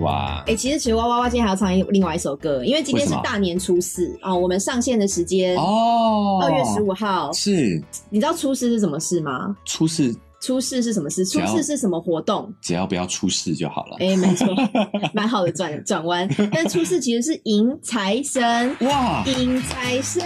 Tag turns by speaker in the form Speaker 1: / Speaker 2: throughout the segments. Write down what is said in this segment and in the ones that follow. Speaker 1: 哇！
Speaker 2: 哎、其实其实哇哇哇今天还要唱一另外一首歌，因为今天
Speaker 1: 为
Speaker 2: 是
Speaker 1: 什么
Speaker 2: 大年初四啊、我们上线的时间
Speaker 1: 哦，
Speaker 2: 二月十五号。
Speaker 1: 是
Speaker 2: 你知道初四是什么事吗？
Speaker 1: 出事，
Speaker 2: 初四是什么事？初
Speaker 1: 想要
Speaker 2: 四是什么活动？
Speaker 1: 只要不要出事就好了。
Speaker 2: 哎、没 错，蛮好的转转弯。但初四其实是迎财神，
Speaker 1: 哇！
Speaker 2: 迎财神，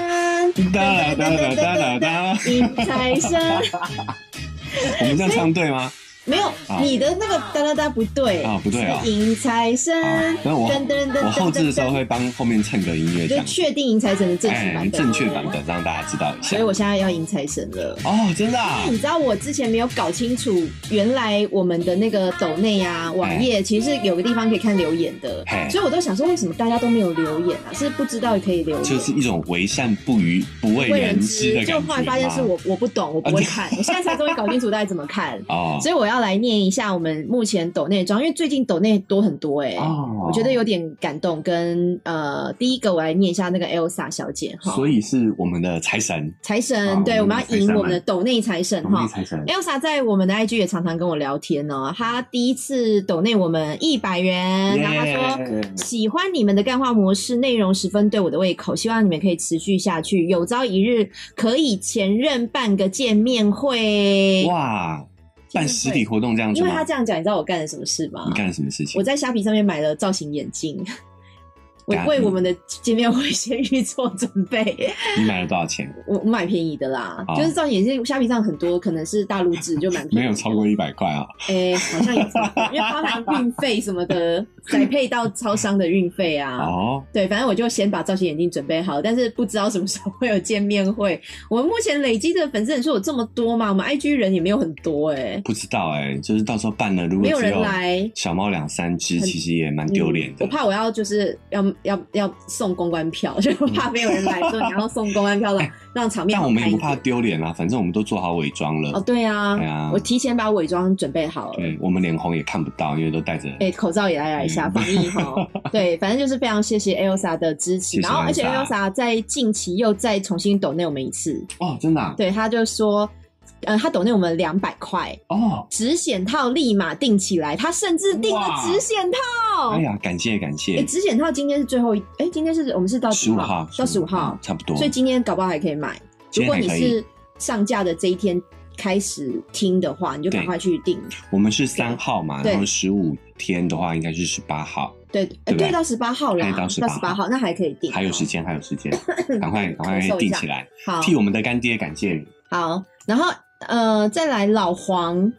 Speaker 1: 哒啦哒啦哒啦哒，
Speaker 2: 迎财神。
Speaker 1: 我们这样唱对吗？
Speaker 2: 没有，
Speaker 1: 啊
Speaker 2: 你的那个哒哒哒不对
Speaker 1: 啊不对啊
Speaker 2: 是迎财神
Speaker 1: 啊。那我
Speaker 2: 哎噔噔噔噔
Speaker 1: 我后置的时候会帮后面衬个音乐，
Speaker 2: 你
Speaker 1: 这
Speaker 2: 就
Speaker 1: 样
Speaker 2: 确定迎财神的正确版本，
Speaker 1: 哎正确版。本让大家知道一下
Speaker 2: 所哎以。我现在要迎财神了。
Speaker 1: 哦，真的啊
Speaker 2: 因为你知道我之前没有搞清楚，原来我们的那个抖内啊网
Speaker 1: 哎
Speaker 2: 页其实是有个地方可以看留言的
Speaker 1: 嘿，
Speaker 2: 所以我都想说为什么大家都没有留言啊？是不知道可以留言，
Speaker 1: 就是一种为善不于不为
Speaker 2: 为人
Speaker 1: 人知的感觉
Speaker 2: 就
Speaker 1: 吗
Speaker 2: 后来发现是我我不懂，我不会看，我现在才终于搞清楚大家怎么看。
Speaker 1: 哦
Speaker 2: 所以我要来念一下我们目前抖内装，因为最近抖内多很多哎、
Speaker 1: 哦
Speaker 2: 我觉得有点感动。跟呃，第一个我来念一下那个 Elsa 小姐哈，
Speaker 1: 所以是我们的财神，
Speaker 2: 财神，
Speaker 1: 啊
Speaker 2: 对，
Speaker 1: 我
Speaker 2: 我
Speaker 1: 们
Speaker 2: 们
Speaker 1: 的
Speaker 2: 要赢
Speaker 1: 财神
Speaker 2: 我们的
Speaker 1: 们
Speaker 2: 抖内财神
Speaker 1: 我们
Speaker 2: 哈
Speaker 1: 的。财神
Speaker 2: Elsa 在我们的 IG 也常常跟我聊天哦，她第一次抖内我们一百元，哎然后她说。喜欢你们的干话模式，内容十分对我的胃口，希望你们可以持续下去，有朝一日可以前任办个见面会。
Speaker 1: 哇，办实体活动这样子
Speaker 2: 因为
Speaker 1: 吗
Speaker 2: 他？这样讲，啊你知道我干了什么事吗
Speaker 1: 你？干了什么事情
Speaker 2: 我？在虾皮上面买了造型眼镜，我
Speaker 1: 干
Speaker 2: 为我们的见面会先预做准备。
Speaker 1: 你买了多 少钱？
Speaker 2: 我我买便宜的啦，
Speaker 1: 好
Speaker 2: 就是造型眼镜，虾皮上很多可能是大陆制，就蛮便宜的
Speaker 1: 哦 没有超过一百块啊！
Speaker 2: 哎、好像也超过，因为包含运费什么的，再配到超商的运费啊。
Speaker 1: 哦，
Speaker 2: 对，反正我就先把造型眼镜准备好，但是不知道什么时候会有见面会。我们目前累积的粉丝人数有这么多吗？我们 IG 人也没有很多哎、
Speaker 1: 不知道哎，就是到时候办了，如果
Speaker 2: 没有
Speaker 1: 只
Speaker 2: 人
Speaker 1: 有
Speaker 2: 来。
Speaker 1: 小猫两三只，
Speaker 2: 很
Speaker 1: 其实也蛮丢脸
Speaker 2: 嗯我
Speaker 1: 的。
Speaker 2: 怕我要就是要要要送公关票， 就是我怕没有人来，所以你要送公关票让让场面
Speaker 1: 嗯但
Speaker 2: 好
Speaker 1: 我们
Speaker 2: 看
Speaker 1: 也
Speaker 2: 一
Speaker 1: 不怕
Speaker 2: 点。
Speaker 1: 丢脸啊，反正我们都做好伪装
Speaker 2: 哦，
Speaker 1: 了。
Speaker 2: 对啊，
Speaker 1: 对啊
Speaker 2: 我提前把伪装准备好了。
Speaker 1: 对，我们脸红也看不到，因为都戴着。
Speaker 2: 哎、口罩也来来一下，
Speaker 1: 嗯
Speaker 2: 防疫 哈。对，反正就是非常谢谢 Elsa 的支持，
Speaker 1: 谢谢
Speaker 2: 然后而且
Speaker 1: Elsa
Speaker 2: Elsa 在近期又再重新抖内我们一次，
Speaker 1: 哦，真的啊
Speaker 2: 对，他就说，呃，他抖内我们两百块，
Speaker 1: 哦，
Speaker 2: 纸险套立马订起来，他甚至订了
Speaker 1: 哇
Speaker 2: 纸险套
Speaker 1: 哎。呀，感谢感
Speaker 2: 哎，
Speaker 1: 谢。
Speaker 2: 纸险套今天是最后一，哎，今天是我们是到
Speaker 1: 十
Speaker 2: 几
Speaker 1: 五号
Speaker 2: 到十五号
Speaker 1: 嗯，差不多。
Speaker 2: 所以今天搞不好还可以买。
Speaker 1: 今
Speaker 2: 如
Speaker 1: 天
Speaker 2: 果
Speaker 1: 还
Speaker 2: 你
Speaker 1: 可以
Speaker 2: 是上架的这一天开始听的话，你就赶
Speaker 1: 对
Speaker 2: 快去订。
Speaker 1: 我们是三号嘛，
Speaker 2: 对
Speaker 1: 然后十五天的话应该是十八号，
Speaker 2: 对，呃
Speaker 1: 对不
Speaker 2: 对
Speaker 1: 对
Speaker 2: 到十八号啦，
Speaker 1: 对到18
Speaker 2: 到十八号，那还可以订。哦
Speaker 1: 还有时间，还有 时间，赶快赶快
Speaker 2: 咳嗽一下
Speaker 1: 定起来，
Speaker 2: 好，
Speaker 1: 替我们的干爹感谢你。
Speaker 2: 好，然后呃，再来老黄，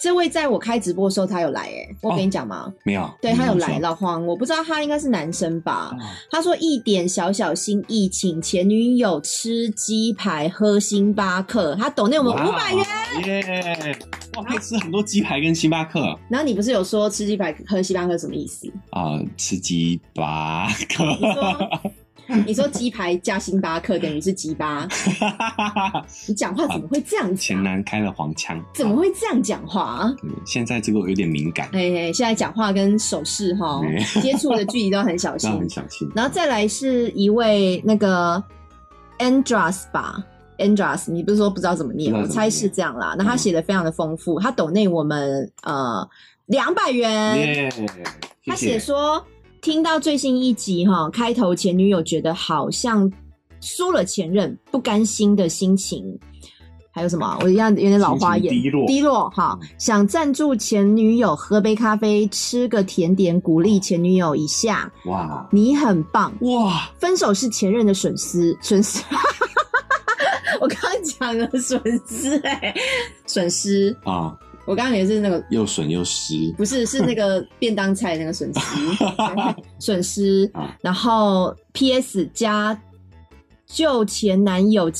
Speaker 2: 这位在我开直播的时候他有来、欸，我
Speaker 1: 哦
Speaker 2: 跟你讲嘛，
Speaker 1: 没有，
Speaker 2: 对他有来，
Speaker 1: 了。
Speaker 2: 老黄，我不知道他应该是男生吧？
Speaker 1: 哦
Speaker 2: 他说一点小小心意，请前女友吃鸡排喝星巴克，他抖内我们
Speaker 1: 哦
Speaker 2: 五百元。
Speaker 1: 元，耶！哇，可以吃很多鸡排跟星巴克
Speaker 2: 然后你不是有说吃鸡排喝星巴克什么意思？
Speaker 1: 啊，吃鸡巴
Speaker 2: 你说
Speaker 1: 克，
Speaker 2: 你说鸡排加星巴克等于是鸡巴，你讲话怎么会这样
Speaker 1: 前
Speaker 2: 讲？
Speaker 1: 男开了黄腔，
Speaker 2: 怎么会这样讲话啊？
Speaker 1: 对？现在这个有点敏感，
Speaker 2: 哎、现在讲话跟手势哈，
Speaker 1: 对
Speaker 2: 接触的距离都很小心
Speaker 1: 要。很小心。
Speaker 2: 然后再来是一位那个 Andras 吧，Andras，你不是说不知道怎么念？
Speaker 1: 不知道
Speaker 2: 我
Speaker 1: 怎么
Speaker 2: 猜
Speaker 1: 念嗯
Speaker 2: 是这样啦。那他写的非常的丰富，他抖内我们呃两百元。
Speaker 1: 耶，
Speaker 2: 他
Speaker 1: 谢
Speaker 2: 写
Speaker 1: 谢。
Speaker 2: 说听到最新一集哈，开头前女友觉得好像输了前任，不甘心的心情。还有什么啊？我一样有点老花眼，
Speaker 1: 心情低落
Speaker 2: 低落哈。想赞助前女友喝杯咖啡，吃个甜点，鼓励前女友一下。
Speaker 1: 哇
Speaker 2: 你很棒，
Speaker 1: 哇，
Speaker 2: 分手是前任的损失，损失。 我刚刚讲了损失、哎，损失。
Speaker 1: 啊，
Speaker 2: 我刚刚也是那个，
Speaker 1: 又损又湿，
Speaker 2: 不是是那个便当菜那个 损失，损失
Speaker 1: 啊。
Speaker 2: 然后 P.S. 加旧前男友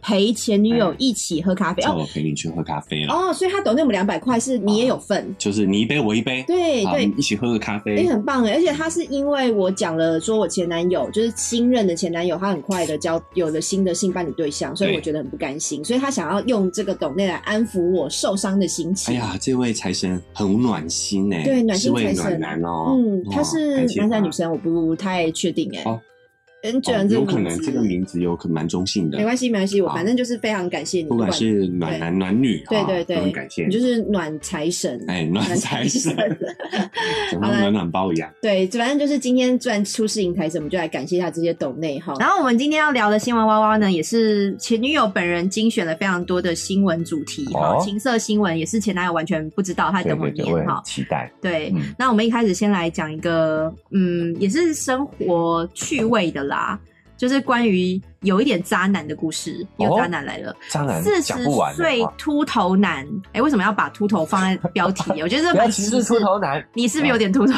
Speaker 2: 陪前女友
Speaker 1: 哎
Speaker 2: 一起喝咖啡、
Speaker 1: 叫
Speaker 2: 哦
Speaker 1: 我陪你去喝咖啡了。
Speaker 2: 哦，所以他抖那我们两百块，是你也有份。
Speaker 1: 就是你一杯我一杯，
Speaker 2: 对
Speaker 1: 好
Speaker 2: 对
Speaker 1: 一起喝个咖
Speaker 2: 哎、
Speaker 1: 啡，
Speaker 2: 很棒哎！而且他是因为我讲了，说我前男友就是新任的前男友，他很快的交有了新的性伴侣对象，所以
Speaker 1: 对
Speaker 2: 我觉得很不甘心，所以他想要用这个抖内来安抚我受伤的心
Speaker 1: 哎
Speaker 2: 情。
Speaker 1: 呀，这位财神很暖心呢，
Speaker 2: 对暖心
Speaker 1: 是位
Speaker 2: 财神
Speaker 1: 暖男哦。
Speaker 2: 嗯，
Speaker 1: 哇
Speaker 2: 他是
Speaker 1: 感谢
Speaker 2: 男生还是
Speaker 1: 他
Speaker 2: 女生，我不太确定哎、
Speaker 1: 哦
Speaker 2: 很卷这
Speaker 3: 有
Speaker 2: 个
Speaker 3: 可
Speaker 2: 名
Speaker 3: 能
Speaker 2: 字，
Speaker 3: 这个名字有可能蛮中性的
Speaker 2: 没，关系，没关系，我
Speaker 3: 好
Speaker 2: 反正就是非常感谢你，
Speaker 3: 不管是暖男暖女，
Speaker 2: 对
Speaker 3: 啊
Speaker 2: 对对
Speaker 3: 都很感谢
Speaker 2: 你。就是暖财神，
Speaker 3: 哎，暖财 神，讲
Speaker 2: 好
Speaker 3: 到
Speaker 2: 了
Speaker 3: 暖暖包一样。
Speaker 2: 对，反正就是今天赚出事赢财神，我们就来感谢一下这些抖内哈。然后我们今天要聊的新闻哇哇呢，也是前女友本人精选了非常多的新闻主题哈，
Speaker 1: 哦
Speaker 2: 情色新闻也是前男友完全不知道，他
Speaker 1: 对
Speaker 2: 等我
Speaker 1: 对对，
Speaker 2: 念
Speaker 1: 我也
Speaker 2: 哈
Speaker 1: 很。期待。
Speaker 2: 对，
Speaker 1: 嗯，
Speaker 2: 那我们一开始先来讲一个，嗯，也是生活趣味的啦，就是关于有一点渣男的故事，有
Speaker 1: 哦
Speaker 2: 渣男来了。
Speaker 1: 当然
Speaker 2: 四十
Speaker 1: 讲不完的
Speaker 2: 岁
Speaker 1: 话，
Speaker 2: 秃头男，哎、为什么要把秃头放在标 题？我觉得这
Speaker 1: 不要
Speaker 2: 蛮
Speaker 1: 歧
Speaker 2: 歧
Speaker 1: 视
Speaker 2: 视
Speaker 1: 秃头男。
Speaker 2: 你是不是有点秃 头？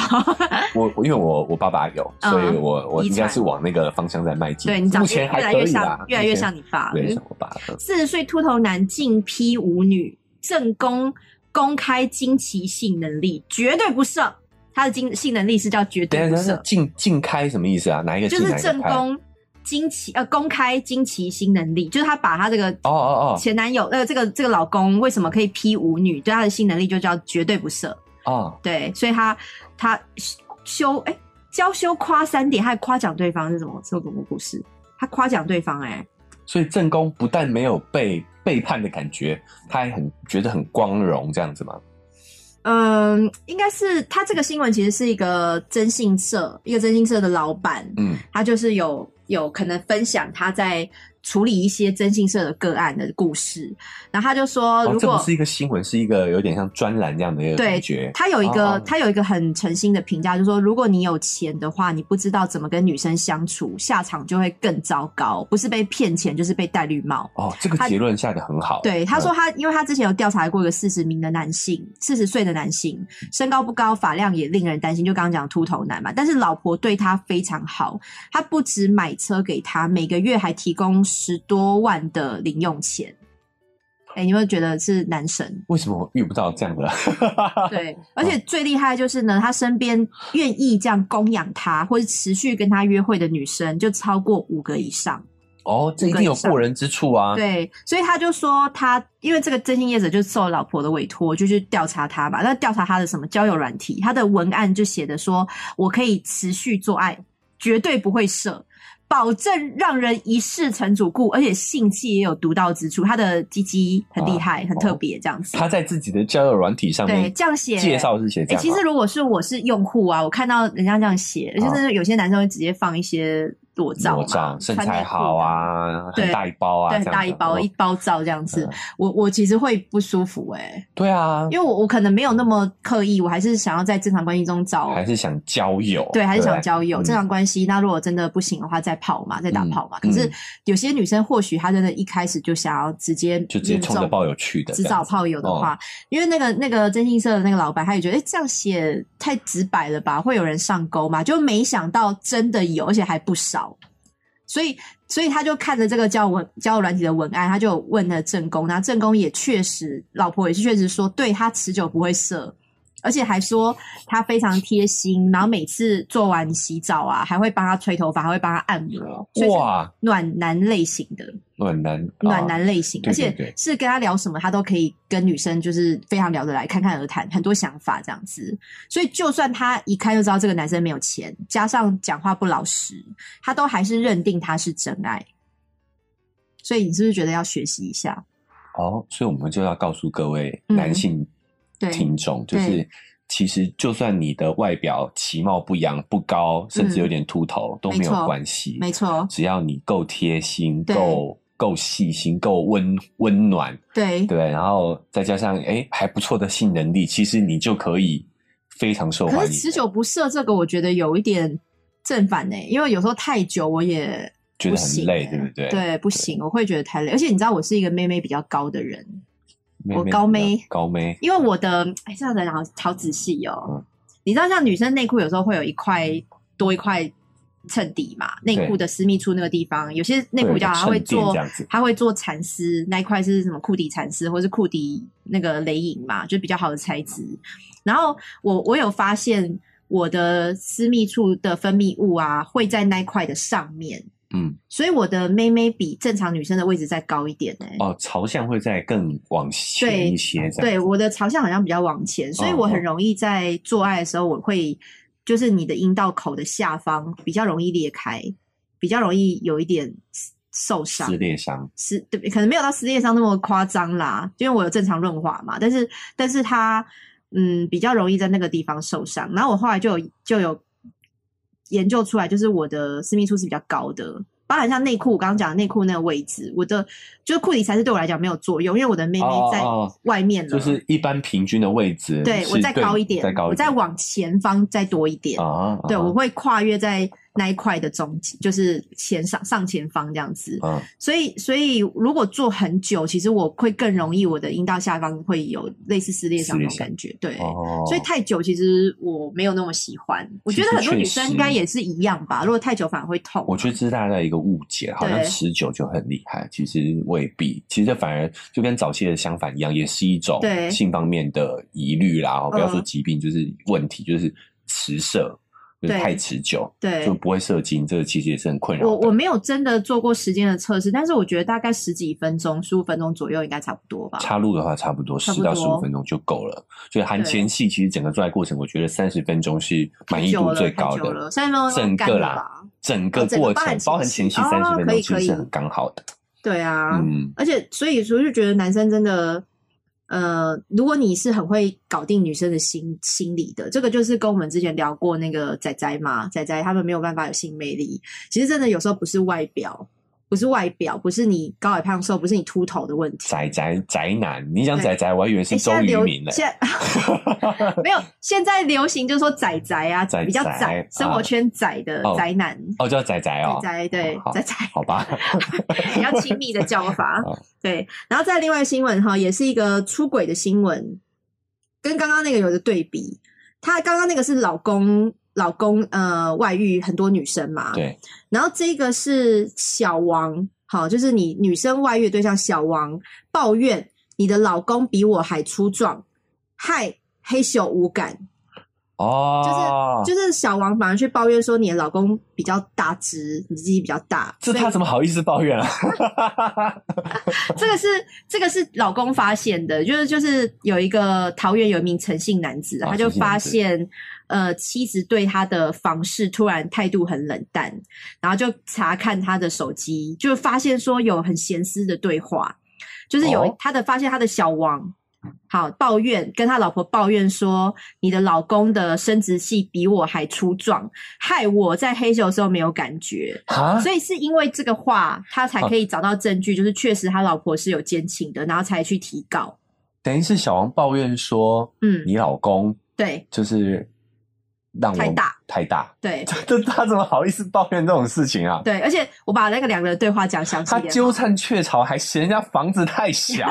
Speaker 1: 我我因为我我爸爸有，所以
Speaker 2: 嗯
Speaker 1: 我我应该
Speaker 2: 遗
Speaker 1: 是
Speaker 2: 传
Speaker 1: 往那个方向在迈进。
Speaker 2: 对你长
Speaker 1: 目
Speaker 2: 得越
Speaker 1: 前还
Speaker 2: 来
Speaker 1: 可
Speaker 2: 越
Speaker 1: 以
Speaker 2: 像
Speaker 1: 啦，，
Speaker 2: 越来越
Speaker 1: 目前
Speaker 2: 像你爸。
Speaker 1: 越来越像我爸。嗯
Speaker 2: 四十岁秃头男竟批舞女，正宫公开经其性能力，绝对不赦。他的经性能力是叫绝
Speaker 1: 等
Speaker 2: 对
Speaker 1: 一
Speaker 2: 不
Speaker 1: 下，那
Speaker 2: 赦
Speaker 1: 那，竞竞开什么意思啊？哪一个
Speaker 2: 就
Speaker 1: 进
Speaker 2: 是
Speaker 1: 哪一个
Speaker 2: 正
Speaker 1: 开
Speaker 2: 宫经其呃公开经其性能力，就是他把他这个
Speaker 1: 哦哦
Speaker 2: 前男友呃这个这个老公为什么可以批舞女，对他的性能力就叫绝对不赦。
Speaker 1: 哦哦，
Speaker 2: 对，所以他他修哎、娇羞夸三点，还夸奖对方是什么？是什么故事？他夸奖对方哎、
Speaker 1: 所以正宫不但没有被背叛的感觉，他还很觉得很光荣这样子嘛。
Speaker 2: 嗯，应该是他这个新闻其实是一个征信社，一个征信社的老板，
Speaker 1: 嗯，
Speaker 2: 他就是有有可能分享他在处理一些征信社的个案的故事，然后他就说，
Speaker 1: 哦
Speaker 2: 如，
Speaker 1: 这
Speaker 2: 果、
Speaker 1: 不是一个新闻，是一个有点像专栏这样的一个
Speaker 2: 对
Speaker 1: 感觉。
Speaker 2: 他有一个、
Speaker 1: 哦哦
Speaker 2: 他有一个很诚心的评价，就是说，如果你有钱的话，你不知道怎么跟女生相处，下场就会更糟糕，不是被骗钱，就是被戴绿帽。
Speaker 1: 哦，这个
Speaker 2: 他
Speaker 1: 结论下的很好。
Speaker 2: 对，他
Speaker 1: 嗯
Speaker 2: 说他，因为他之前有调查过一个四十名的男性，四十岁的男性，身高不高，发量也令人担心，就刚刚讲秃头男嘛。但是老婆对他非常好，他不止买车给他，每个月还提供十多万的零用钱。哎、你有没有觉得是男神？
Speaker 1: 为什么我遇不到这样的？
Speaker 2: 对，而
Speaker 1: 哦
Speaker 2: 且最厉害的就是呢，他身边愿意这样供养他，或是持续跟他约会的女生，就超过五个以上。
Speaker 1: 哦，这一定有过人之处啊。
Speaker 2: 对，所以他就说他，因为这个真心业者就受老婆的委托，就去调查他嘛。那调查他的什么交友软体，他的文案就写的说，我可以持续做爱，绝对不会射，保证让人一世成主顾，而且性器也有独到之处，他的鸡鸡很厉害，很特别，这样子。
Speaker 1: 哦他在自己的交友软体上
Speaker 2: 对，
Speaker 1: 面
Speaker 2: 这样写
Speaker 1: 介。绍是写
Speaker 2: 哎、
Speaker 1: 这样啊。
Speaker 2: 其实如果是我是用户啊，我看到人家这样写，
Speaker 1: 啊
Speaker 2: 就是有些男生会直接放一些裸照嘛，
Speaker 1: 裸照身
Speaker 2: 穿内
Speaker 1: 材
Speaker 2: 裤
Speaker 1: 好
Speaker 2: 的
Speaker 1: 啊，
Speaker 2: 对
Speaker 1: 很大一包啊，
Speaker 2: 对，很
Speaker 1: 这样
Speaker 2: 大一
Speaker 1: 子
Speaker 2: 包
Speaker 1: 哦
Speaker 2: 一包照这样子
Speaker 1: 嗯，
Speaker 2: 我我其实会不舒服哎、
Speaker 1: 对啊，
Speaker 2: 因为我我可能没有那么刻意，我还是想要在正常关系中找，
Speaker 1: 还是想交友，
Speaker 2: 对，还是
Speaker 1: 不
Speaker 2: 想交友，
Speaker 1: 嗯
Speaker 2: 正常关系。那如果真的不行的话，再泡嘛，再打
Speaker 1: 嗯
Speaker 2: 泡嘛。
Speaker 1: 嗯
Speaker 2: 可是有些女生或许她真的一开始就想要直接嗯
Speaker 1: 就直接冲着
Speaker 2: 命中
Speaker 1: 炮友去的
Speaker 2: 只
Speaker 1: 这
Speaker 2: 找
Speaker 1: 样子哦
Speaker 2: 炮友的话，因为那个那个征信社的那个老板，他也觉得，哎、这样写太直白了吧，会有人上钩吗？就没想到真的有，而且还不少。所以，所以他就看着这个交友文交友软体的文案，他就问了正宫，然后正宫也确实，老婆也是确实说，对他持久不会射，而且还说他非常贴心，然后每次做完洗澡啊，还会帮他吹头发，还会帮他按摩，所以是
Speaker 1: 哇，
Speaker 2: 暖男类型的。
Speaker 1: 暖男，
Speaker 2: 暖
Speaker 1: 啊
Speaker 2: 男类型，
Speaker 1: 对
Speaker 2: 而且
Speaker 1: 对对
Speaker 2: 是跟他聊什么，他都可以跟女生就是非常聊得来，侃侃而谈，很多想法这样子。所以就算他一看就知道这个男生没有钱，加上讲话不老实，他都还是认定他是真爱。所以你是不是觉得要学习一下？
Speaker 1: 哦，所以我们就要告诉各位
Speaker 2: 嗯
Speaker 1: 男性
Speaker 2: 对
Speaker 1: 听众，就
Speaker 2: 对
Speaker 1: 是其实就算你的外表其貌不扬、不高，甚至有点秃头
Speaker 2: 嗯
Speaker 1: 都
Speaker 2: 没
Speaker 1: 没有
Speaker 2: 错
Speaker 1: 关系，
Speaker 2: 没错，
Speaker 1: 只要你够贴心、
Speaker 2: 对
Speaker 1: 够够细心、够温温暖，
Speaker 2: 对
Speaker 1: 对，然后再加上哎还不错的性能力，其实你就可以非常受
Speaker 2: 可
Speaker 1: 欢
Speaker 2: 是
Speaker 1: 迎。
Speaker 2: 持久不射这个，我觉得有一点正反呢、因为有时候太久我也
Speaker 1: 觉
Speaker 2: 不
Speaker 1: 得很
Speaker 2: 行
Speaker 1: 累，
Speaker 2: 欸
Speaker 1: 对不对？，
Speaker 2: 对，不行，我会觉得太累。而且你知道，我是一个妹妹比较高的人，
Speaker 1: 妹
Speaker 2: 我
Speaker 1: 妹
Speaker 2: 高
Speaker 1: 比较
Speaker 2: 妹
Speaker 1: 高妹，
Speaker 2: 因为我的哎，这样子好好仔细哦、
Speaker 1: 嗯
Speaker 2: 你知道，像女生内裤有时候会有一块多一块衬底嘛，内裤的私密处那个地方，有些内裤比较好，它
Speaker 1: 会
Speaker 2: 会
Speaker 1: 有个衬垫
Speaker 2: 做
Speaker 1: 这样子
Speaker 2: 它会做蚕丝那一块是什么库迪蚕丝，或是库迪那个雷影嘛，就比较好的材质。然后我我有发现我的私密处的分泌物啊，会在那一块的上面。
Speaker 1: 嗯，
Speaker 2: 所以我的妹妹比正常女生的位置再高一点欸呢、
Speaker 1: 哦，朝向会再更往
Speaker 2: 对
Speaker 1: 前一些，这样
Speaker 2: 对，我的朝向好像比较往前，所以我
Speaker 1: 哦
Speaker 2: 很容易在做爱的时候，我会就是你的阴道口的下方比较容易裂开，比较容易有一点受伤
Speaker 1: 撕，裂伤，
Speaker 2: 撕对，可能没有到撕裂伤那么夸张啦，因为我有正常润滑嘛，但是但是它嗯比较容易在那个地方受伤。然后我后来就有就有研究出来，就是我的私密处是比较高的，包含像内裤，我刚刚讲的内裤那个位置，我的就是裤底才是对我来讲没有作用，因为我的妹妹在
Speaker 1: 哦哦哦
Speaker 2: 外面了，
Speaker 1: 就是一般平均的位置，
Speaker 2: 对我
Speaker 1: 是
Speaker 2: 再高一点，
Speaker 1: 再高
Speaker 2: 我
Speaker 1: 一点，
Speaker 2: 再往前方再多一点，
Speaker 1: 啊，啊
Speaker 2: 对我会跨越在那一块的中间，就是前上上前方这样子。
Speaker 1: 啊，
Speaker 2: 所以，所以如果做很久，其实我会更容易我的阴道下方会有类似撕裂伤那种
Speaker 1: 撕裂伤
Speaker 2: 感觉。对，
Speaker 1: 哦，
Speaker 2: 所以太久其实我没有那么喜欢。我觉得
Speaker 1: 其实
Speaker 2: 很多女
Speaker 1: 确
Speaker 2: 生
Speaker 1: 实
Speaker 2: 应该也是一样吧，如果太久反而会痛。啊
Speaker 1: 我觉得这是大家的一个误解，好像
Speaker 2: 对
Speaker 1: 持久就很厉害，其实未必。其实这反而就跟早期的相反一样，也是一种
Speaker 2: 对
Speaker 1: 性方面的疑虑啦。哦不要
Speaker 2: 嗯
Speaker 1: 说疾病，就是问题，就是持射，就是
Speaker 2: 对
Speaker 1: 太持久，
Speaker 2: 对
Speaker 1: 就，不会射精，这个其实也是很困扰的。
Speaker 2: 我我没有真的做过时间的测试，但是我觉得大概十几分钟、十五分钟左右应该差不多吧。
Speaker 1: 插入的话，差不多
Speaker 2: 差
Speaker 1: 十
Speaker 2: 不多
Speaker 1: 到十五分钟就够了。所以含前戏其实整个做爱过程，我觉得三十分钟是满意
Speaker 2: 太久
Speaker 1: 度
Speaker 2: 了
Speaker 1: 最
Speaker 2: 太
Speaker 1: 高
Speaker 2: 久
Speaker 1: 的
Speaker 2: 了。30分钟
Speaker 1: 整
Speaker 2: 干了
Speaker 1: 个啦
Speaker 2: 吧，
Speaker 1: 整个
Speaker 2: 哦整个
Speaker 1: 过
Speaker 2: 包含
Speaker 1: 程
Speaker 2: 前
Speaker 1: 包含
Speaker 2: 戏
Speaker 1: 前戏
Speaker 2: 哦
Speaker 1: 三十分
Speaker 2: 可
Speaker 1: 钟，
Speaker 2: 以
Speaker 1: 其实
Speaker 2: 可以
Speaker 1: 是很刚好的。
Speaker 2: 对啊，
Speaker 1: 嗯，
Speaker 2: 而且，所以所以就觉得男生真的，呃，如果你是很会搞定女生的心心理的，这个就是跟我们之前聊过那个仔仔嘛，仔仔他们没有办法有性魅力，其实真的有时候不是外表，不是外表，不是你高矮胖瘦，不是你秃头的问题。
Speaker 1: 宅宅宅男，你讲
Speaker 2: 对
Speaker 1: 宅宅，我还以为
Speaker 2: 诶
Speaker 1: 是周
Speaker 2: 现在
Speaker 1: 渝
Speaker 2: 流
Speaker 1: 民呢。
Speaker 2: 现 在没有，现在流行就说仔仔啊，
Speaker 1: 仔
Speaker 2: 比较
Speaker 1: 仔
Speaker 2: 窄，生活
Speaker 1: 啊
Speaker 2: 圈窄的
Speaker 1: 哦
Speaker 2: 宅男，
Speaker 1: 哦，叫仔仔哦，
Speaker 2: 仔仔对
Speaker 1: 好
Speaker 2: 仔仔。
Speaker 1: 好吧，
Speaker 2: 比较亲密的叫 法
Speaker 1: 好。
Speaker 2: 对，然后再另外新闻哈，也是一个出轨的新闻，跟刚刚那个有的对比。他刚刚那个是老公，老公呃外遇很多女生嘛，
Speaker 1: 对，
Speaker 2: 然后这个是小王，好，就是你女生外遇的对象小王抱怨你的老公比我还粗壮，害黑咻无感，
Speaker 1: 哦，
Speaker 2: 就是小王反而去抱怨说你的老公比较大只，你自己比较大，
Speaker 1: 这
Speaker 2: 所以
Speaker 1: 他怎么好意思抱怨啊？
Speaker 2: 这个是这个是老公发现的，就是就是有一个桃园有一名诚信男子，
Speaker 1: 啊
Speaker 2: 他就
Speaker 1: 诚信
Speaker 2: 发
Speaker 1: 男子
Speaker 2: 现呃妻子对他的房事突然态度很冷淡，然后就查看他的手机，就发现说有很闲私的对话，就是有、
Speaker 1: 哦
Speaker 2: 他的发现他的小王。好，抱怨跟他老婆抱怨说，你的老公的生殖器比我还粗壮，害我在黑球的时候没有感觉。
Speaker 1: 啊，
Speaker 2: 所以是因为这个话，他才可以找到证据，就是确实他老婆是有奸情的，然后才去提告。
Speaker 1: 等于是小王抱怨说，
Speaker 2: 嗯，
Speaker 1: 你老公
Speaker 2: 对
Speaker 1: 就是让我
Speaker 2: 太大
Speaker 1: 太大，
Speaker 2: 对
Speaker 1: 这他怎么好意思抱怨这种事情啊？
Speaker 2: 对，而啊且我把那个两个人对话讲详细
Speaker 1: 他
Speaker 2: 一点。
Speaker 1: 纠缠雀巢，还嫌人家房子 太小，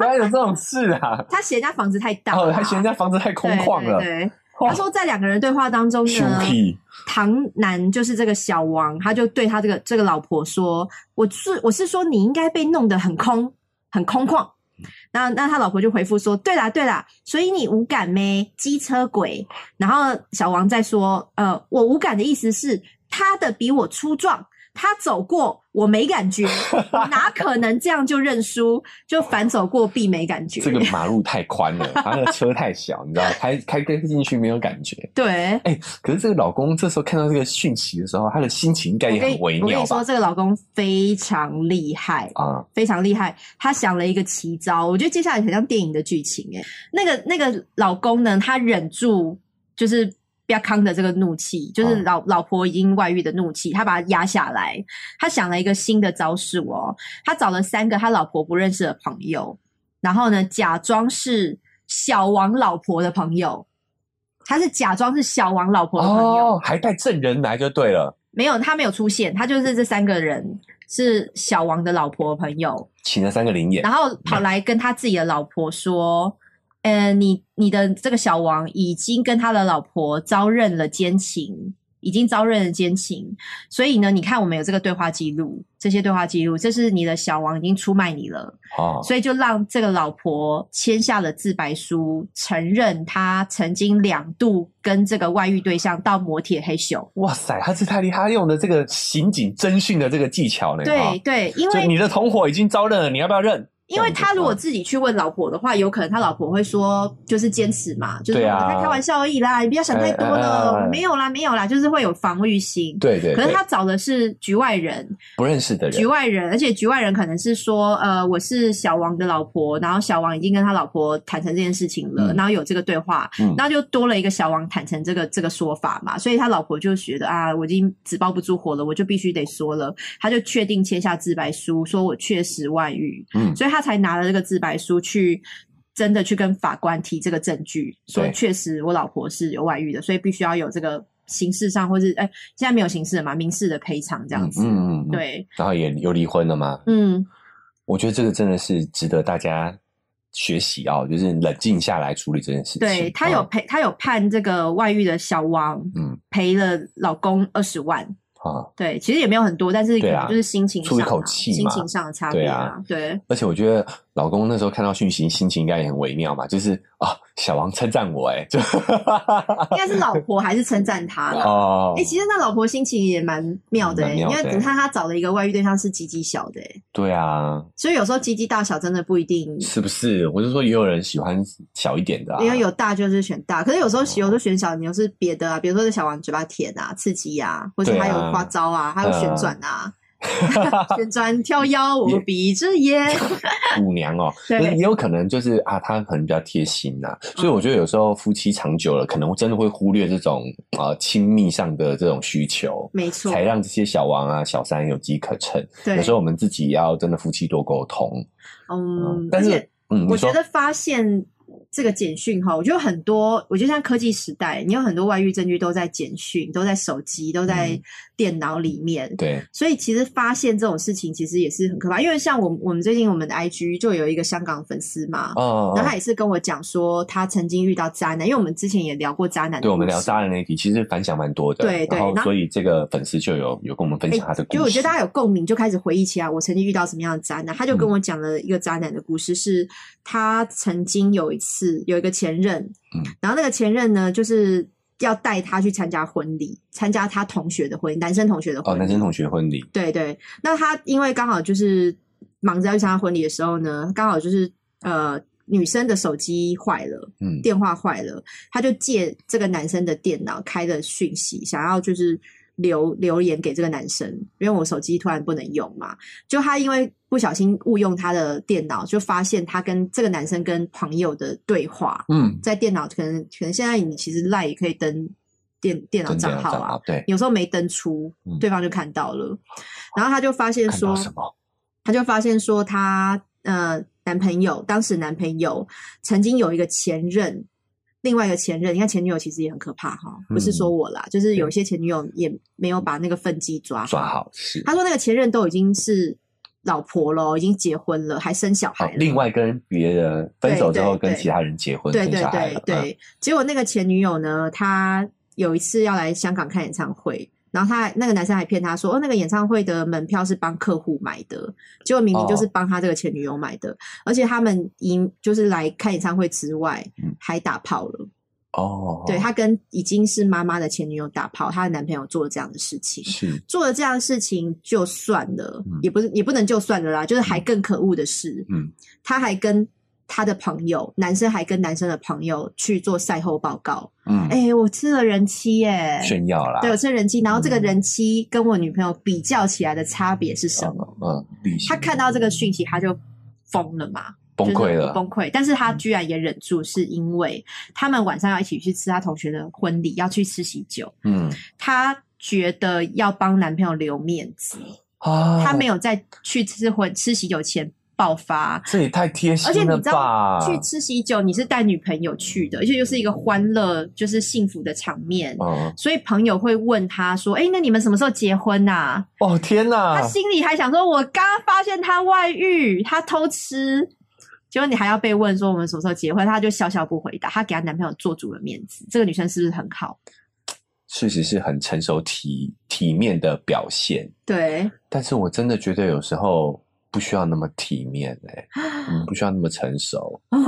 Speaker 1: 哪有这种事啊？
Speaker 2: 他嫌人家房子太大、
Speaker 1: 哦，还嫌人家房子太空旷了
Speaker 2: 对，对对
Speaker 1: 哇
Speaker 2: 他说在两个人对话当中
Speaker 1: 羞
Speaker 2: 呢，
Speaker 1: 屁
Speaker 2: 唐南就是这个小王，他就对他这个这个老婆说：“我是我是说你应该被弄得很空，很空旷。”那那他老婆就回复说：“对啦对啦，所以你无感咩？机车鬼。”然后小王再说：“呃，我无感的意思是他的比我粗壮。”他走过，我没感觉，我哪可能这样就认输？ 就反走过必没感觉。
Speaker 1: 这个马路太宽 了，他的车太小，你知道，开开开进去没有感觉。
Speaker 2: 对，
Speaker 1: 哎、可是这个老公这时候看到这个讯息的时候，他的心情应该
Speaker 2: 我
Speaker 1: 也
Speaker 2: 跟
Speaker 1: 很
Speaker 2: 你
Speaker 1: 微
Speaker 2: 我跟
Speaker 1: 妙
Speaker 2: 你说，
Speaker 1: 吧？
Speaker 2: 这个老公非常厉害，
Speaker 1: 啊，
Speaker 2: 非常厉害，他想了一个奇招，我觉得接下来很像电影的剧情诶、那个那个老公呢，他忍住就是不要康的这个怒气，就是
Speaker 1: 哦
Speaker 2: 老、老婆已经外遇的怒气，他把它压下来。他想了一个新的招数哦，他找了三个他老婆不认识的朋友，然后呢，假装是小王老婆的朋友，他是假装是小王老婆的朋友，
Speaker 1: 哦，还带证人来就对了，
Speaker 2: 没有他没有出现，他就是这三个人是小王的老婆的朋友。
Speaker 1: 请了三个灵眼
Speaker 2: 然后跑来跟他自己的老婆说：“呃，你你的这个小王已经跟他的老婆招认了奸情，已经招认了奸情，所以呢，你看我们有这个对话记录，这些对话记录，这是你的小王已经出卖你了，
Speaker 1: 哦，
Speaker 2: 所以就让这个老婆签下了自白书，承认他曾经两度跟这个外遇对象到摩铁黑咻。”
Speaker 1: 哇塞，他这太厉害，他用的这个刑警侦讯的这个技巧呢，
Speaker 2: 对
Speaker 1: 啊
Speaker 2: 对，因
Speaker 1: 就
Speaker 2: 为
Speaker 1: 你的同伙已经招认了，你要不要认？
Speaker 2: 因为他如果自己去问老婆的话，有可能他老婆会说，就是坚持嘛，就是
Speaker 1: 对
Speaker 2: 我
Speaker 1: 啊
Speaker 2: 在开玩笑而已啦，你不要想太多
Speaker 1: 哎哎哎哎
Speaker 2: 了
Speaker 1: 哎，
Speaker 2: 没有啦，没有啦，就是会有防御心。
Speaker 1: 对对
Speaker 2: 可是
Speaker 1: 对
Speaker 2: 他，找的是局外人，
Speaker 1: 不认识的人
Speaker 2: 局，外人，而且局外人可能是说，呃，我是小王的老婆，然后小王已经跟他老婆坦诚这件事情了，
Speaker 1: 嗯
Speaker 2: 然后有这个对话，
Speaker 1: 嗯
Speaker 2: 然后就多了一个小王坦诚这个这个说法嘛，所以他老婆就觉得啊，我已经纸包不住火了，我就必须得说了，他就确定签下自白书，说我确实外遇，
Speaker 1: 嗯
Speaker 2: 所以他才拿了这个自白书去。真的去跟法官提这个证据，说
Speaker 1: 对
Speaker 2: 确实我老婆是有外遇的，所以必须要有这个刑事上或是哎、现在没有刑事了嘛，民事的赔偿这样
Speaker 1: 嗯
Speaker 2: 子。
Speaker 1: 嗯嗯，嗯，
Speaker 2: 对，
Speaker 1: 然后也有离婚了嘛，
Speaker 2: 嗯，
Speaker 1: 我觉得这个真的是值得大家学习哦，就是冷静下来处理这件事情。
Speaker 2: 对他有
Speaker 1: 哦
Speaker 2: 赔，他有判这个外遇的小王
Speaker 1: 嗯
Speaker 2: 赔了老公二十万。
Speaker 1: 啊，
Speaker 2: 对，其实也没有很多，但是可
Speaker 1: 对啊
Speaker 2: 能就是心情上、啊
Speaker 1: 出一口气嘛
Speaker 2: 心情上的差别啊。 对，
Speaker 1: 而且我觉得老公那时候看到讯息，心情应该也很微妙嘛，就是啊，小王称赞我 哎，就
Speaker 2: 应该是老婆还是称赞他了。
Speaker 1: 哦
Speaker 2: 哎、，其实那老婆心情也蛮妙的、欸，
Speaker 1: 蛮妙的
Speaker 2: 因为你看他找的一个外遇对象是鸡鸡小的、欸，
Speaker 1: 对啊，
Speaker 2: 所以有时候鸡鸡大小真的不一定，
Speaker 1: 是不是？我就说也有人喜欢小一点的、啊，
Speaker 2: 因为有大就是选大，可是有时候有时候选小，你又是别的啊，比如说是小王嘴巴甜啊、刺激啊，或者
Speaker 1: 对啊嗯
Speaker 2: 还有花招啊，还有旋转啊，旋转 跳腰，我
Speaker 1: 也
Speaker 2: 闭着 眼。
Speaker 1: 舞娘哦，
Speaker 2: 对
Speaker 1: 也有可能就是啊，他可能比较贴心呐、所以我觉得有时候夫妻长久了，可能真的会忽略这种啊亲密上的这种需求，
Speaker 2: 没错，
Speaker 1: 才让这些小王啊、小三有机可乘。
Speaker 2: 对
Speaker 1: 有时候我们自己要真的夫妻多沟通，
Speaker 2: 嗯，
Speaker 1: 但
Speaker 2: 而且
Speaker 1: 是嗯，
Speaker 2: 我
Speaker 1: 你说
Speaker 2: 觉得发现这个简讯哈，我觉得很多，我觉得像科技时代，你有很多外遇证据都在简讯、都在手机、都在
Speaker 1: 嗯
Speaker 2: 电脑里面，
Speaker 1: 对，
Speaker 2: 所以其实发现这种事情其实也是很可怕。因为像我们我们最近我们的 IG 就有一个香港粉丝嘛，然
Speaker 1: 嗯，嗯
Speaker 2: 后他也是跟我讲说，他曾经遇到渣男，因为我们之前也聊过渣男的故事。
Speaker 1: 对，我们聊渣人那一题，其实反响蛮多的。
Speaker 2: 对对
Speaker 1: 然后
Speaker 2: 那
Speaker 1: 所以这个粉丝就有有跟我们分享他的故事。
Speaker 2: 就我觉得大家有共鸣，就开始回忆起来我曾经遇到什么样的渣男。他就
Speaker 1: 嗯
Speaker 2: 跟我讲了一个渣男的故事，是他曾经有一次有一个前任，
Speaker 1: 嗯
Speaker 2: 然后那个前任呢，就是要带他去参加婚礼，参加他同学的婚礼，男生同学的婚
Speaker 1: 哦，
Speaker 2: 礼。
Speaker 1: 男生同学婚礼，
Speaker 2: 对对，那他因为刚好就是忙着要去参加婚礼的时候呢，刚好就是呃女生的手机坏了。
Speaker 1: 嗯，
Speaker 2: 电话坏了，他就借这个男生的电脑开了讯息，想要就是留留言给这个男生，因为我手机突然不能用嘛，就他因为不小心误用他的电脑，就发现他跟这个男生跟朋友的对话，
Speaker 1: 嗯，
Speaker 2: 在电脑可能可能现在你其实赖也可以登电电脑
Speaker 1: 真的
Speaker 2: 账号啊，，
Speaker 1: 对，
Speaker 2: 有时候没登出
Speaker 1: 嗯，
Speaker 2: 对方就看到了，然后他就发现
Speaker 1: 看到
Speaker 2: 说，
Speaker 1: 什么？
Speaker 2: 她就发现说她呃男朋友当时男朋友曾经有一个前任，另外一个前任，你看前女友其实也很可怕哈，不是
Speaker 1: 嗯
Speaker 2: 说我啦，就是有一些前女友也没有把那个分际抓
Speaker 1: 抓。好是。
Speaker 2: 她说那个前任都已经是老婆了，已经结婚了，还生小
Speaker 1: 好
Speaker 2: 孩，了。
Speaker 1: 哦另外跟别人分手之后
Speaker 2: 对对
Speaker 1: 跟其他人结婚
Speaker 2: 对
Speaker 1: 生
Speaker 2: 对
Speaker 1: 小孩
Speaker 2: 对
Speaker 1: 了，嗯，
Speaker 2: 对，结果那个前女友呢，她有一次要来香港看演唱会，然后她那个男生还骗她说，哦，那个演唱会的门票是帮客户买的，结果明明就是
Speaker 1: 哦
Speaker 2: 帮他这个前女友买的，而且他们赢就是来看演唱会之外
Speaker 1: 嗯
Speaker 2: 还打炮了，
Speaker 1: 哦，
Speaker 2: 对她跟已经是妈妈的前女友打炮，她的男朋友做了这样的事情。
Speaker 1: 是
Speaker 2: 做了这样的事情就算了，
Speaker 1: 嗯
Speaker 2: 也不是也不能就算了啦，就是还更可恶的是，
Speaker 1: 嗯，
Speaker 2: 他还跟他的朋友，男生还跟男生的朋友去做赛后报告，
Speaker 1: 嗯，
Speaker 2: 哎、我吃了人妻耶、
Speaker 1: 炫耀啦，
Speaker 2: 哎对，我吃了人妻，然后这个
Speaker 1: 嗯
Speaker 2: 人妻跟我女朋友比较起来的差别是什么？
Speaker 1: 嗯，嗯，例行
Speaker 2: 他看到这个讯息，他就疯了嘛，
Speaker 1: 崩
Speaker 2: 就是
Speaker 1: 溃了，嗯
Speaker 2: 崩溃。但是他居然也忍住，是因为他们晚上要一起去吃他同学的婚礼，要去吃喜酒，
Speaker 1: 嗯
Speaker 2: 他觉得要帮男朋友留面子，
Speaker 1: 啊，
Speaker 2: 他没
Speaker 1: 有，
Speaker 2: 有在去吃婚吃喜酒前爆发，
Speaker 1: 这也太贴
Speaker 2: 而且
Speaker 1: 心
Speaker 2: 你
Speaker 1: 了
Speaker 2: 知道
Speaker 1: 吧？
Speaker 2: 去吃喜酒，你是带女朋友去的，而且又是一个欢乐就是幸福的场面，
Speaker 1: 嗯，
Speaker 2: 所以朋友会问他说：“哎、那你们什么时候结婚呐、
Speaker 1: 哦天哪
Speaker 2: 他，心里还想说：“我刚刚发现他外遇，他偷吃。”结果你还要被问说我们什么时候结婚，他就笑笑不回答，他给她男朋友做足了面子。这个女生是不是很好？
Speaker 1: 确实是很成熟体体面的表现，
Speaker 2: 对，
Speaker 1: 但是我真的觉得有时候不需要那么体面哎，嗯不需要那么成熟，
Speaker 2: 哦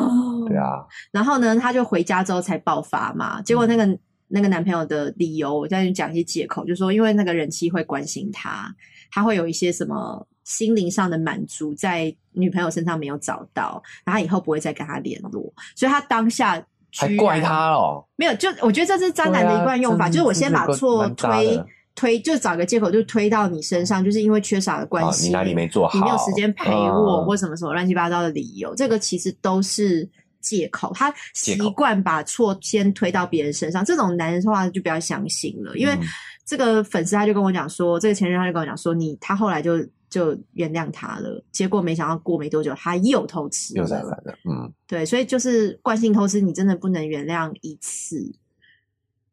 Speaker 1: 对啊，
Speaker 2: 然后呢，她就回家之后才爆发嘛。结果那个、
Speaker 1: 嗯
Speaker 2: 那个男朋友的理由，我再去讲一些借口，就说因为那个人妻会关心她，她会有一些什么心灵上的满足在女朋友身上没有找到，然后以后不会再跟他联络，所以他当下居
Speaker 1: 还
Speaker 2: 然
Speaker 1: 怪他哦，
Speaker 2: 没有，就我觉得这是渣男的一贯用法，
Speaker 1: 对啊
Speaker 2: 就是我先把错
Speaker 1: 真的是蛮渣
Speaker 2: 推
Speaker 1: 的
Speaker 2: 推，就找个借口就推到你身上，就是因为缺少了关
Speaker 1: 啊，
Speaker 2: 系，
Speaker 1: 你哪里没做好？
Speaker 2: 你没有时间陪我，
Speaker 1: 嗯
Speaker 2: 或什么什么乱七八糟的理由，这个其实都是借口。他习
Speaker 1: 借口
Speaker 2: 惯把错先推到别人身上，这种男人的话就不要相信了，因为
Speaker 1: 嗯
Speaker 2: 这个粉丝他就跟我讲说，这个前任他就跟我讲说，你他后来就就原谅他了，结果没想到过没多久他又偷吃
Speaker 1: 又再
Speaker 2: 了，
Speaker 1: 来了，嗯，
Speaker 2: 对，所以就是惯性偷吃，你真的不能原谅一次，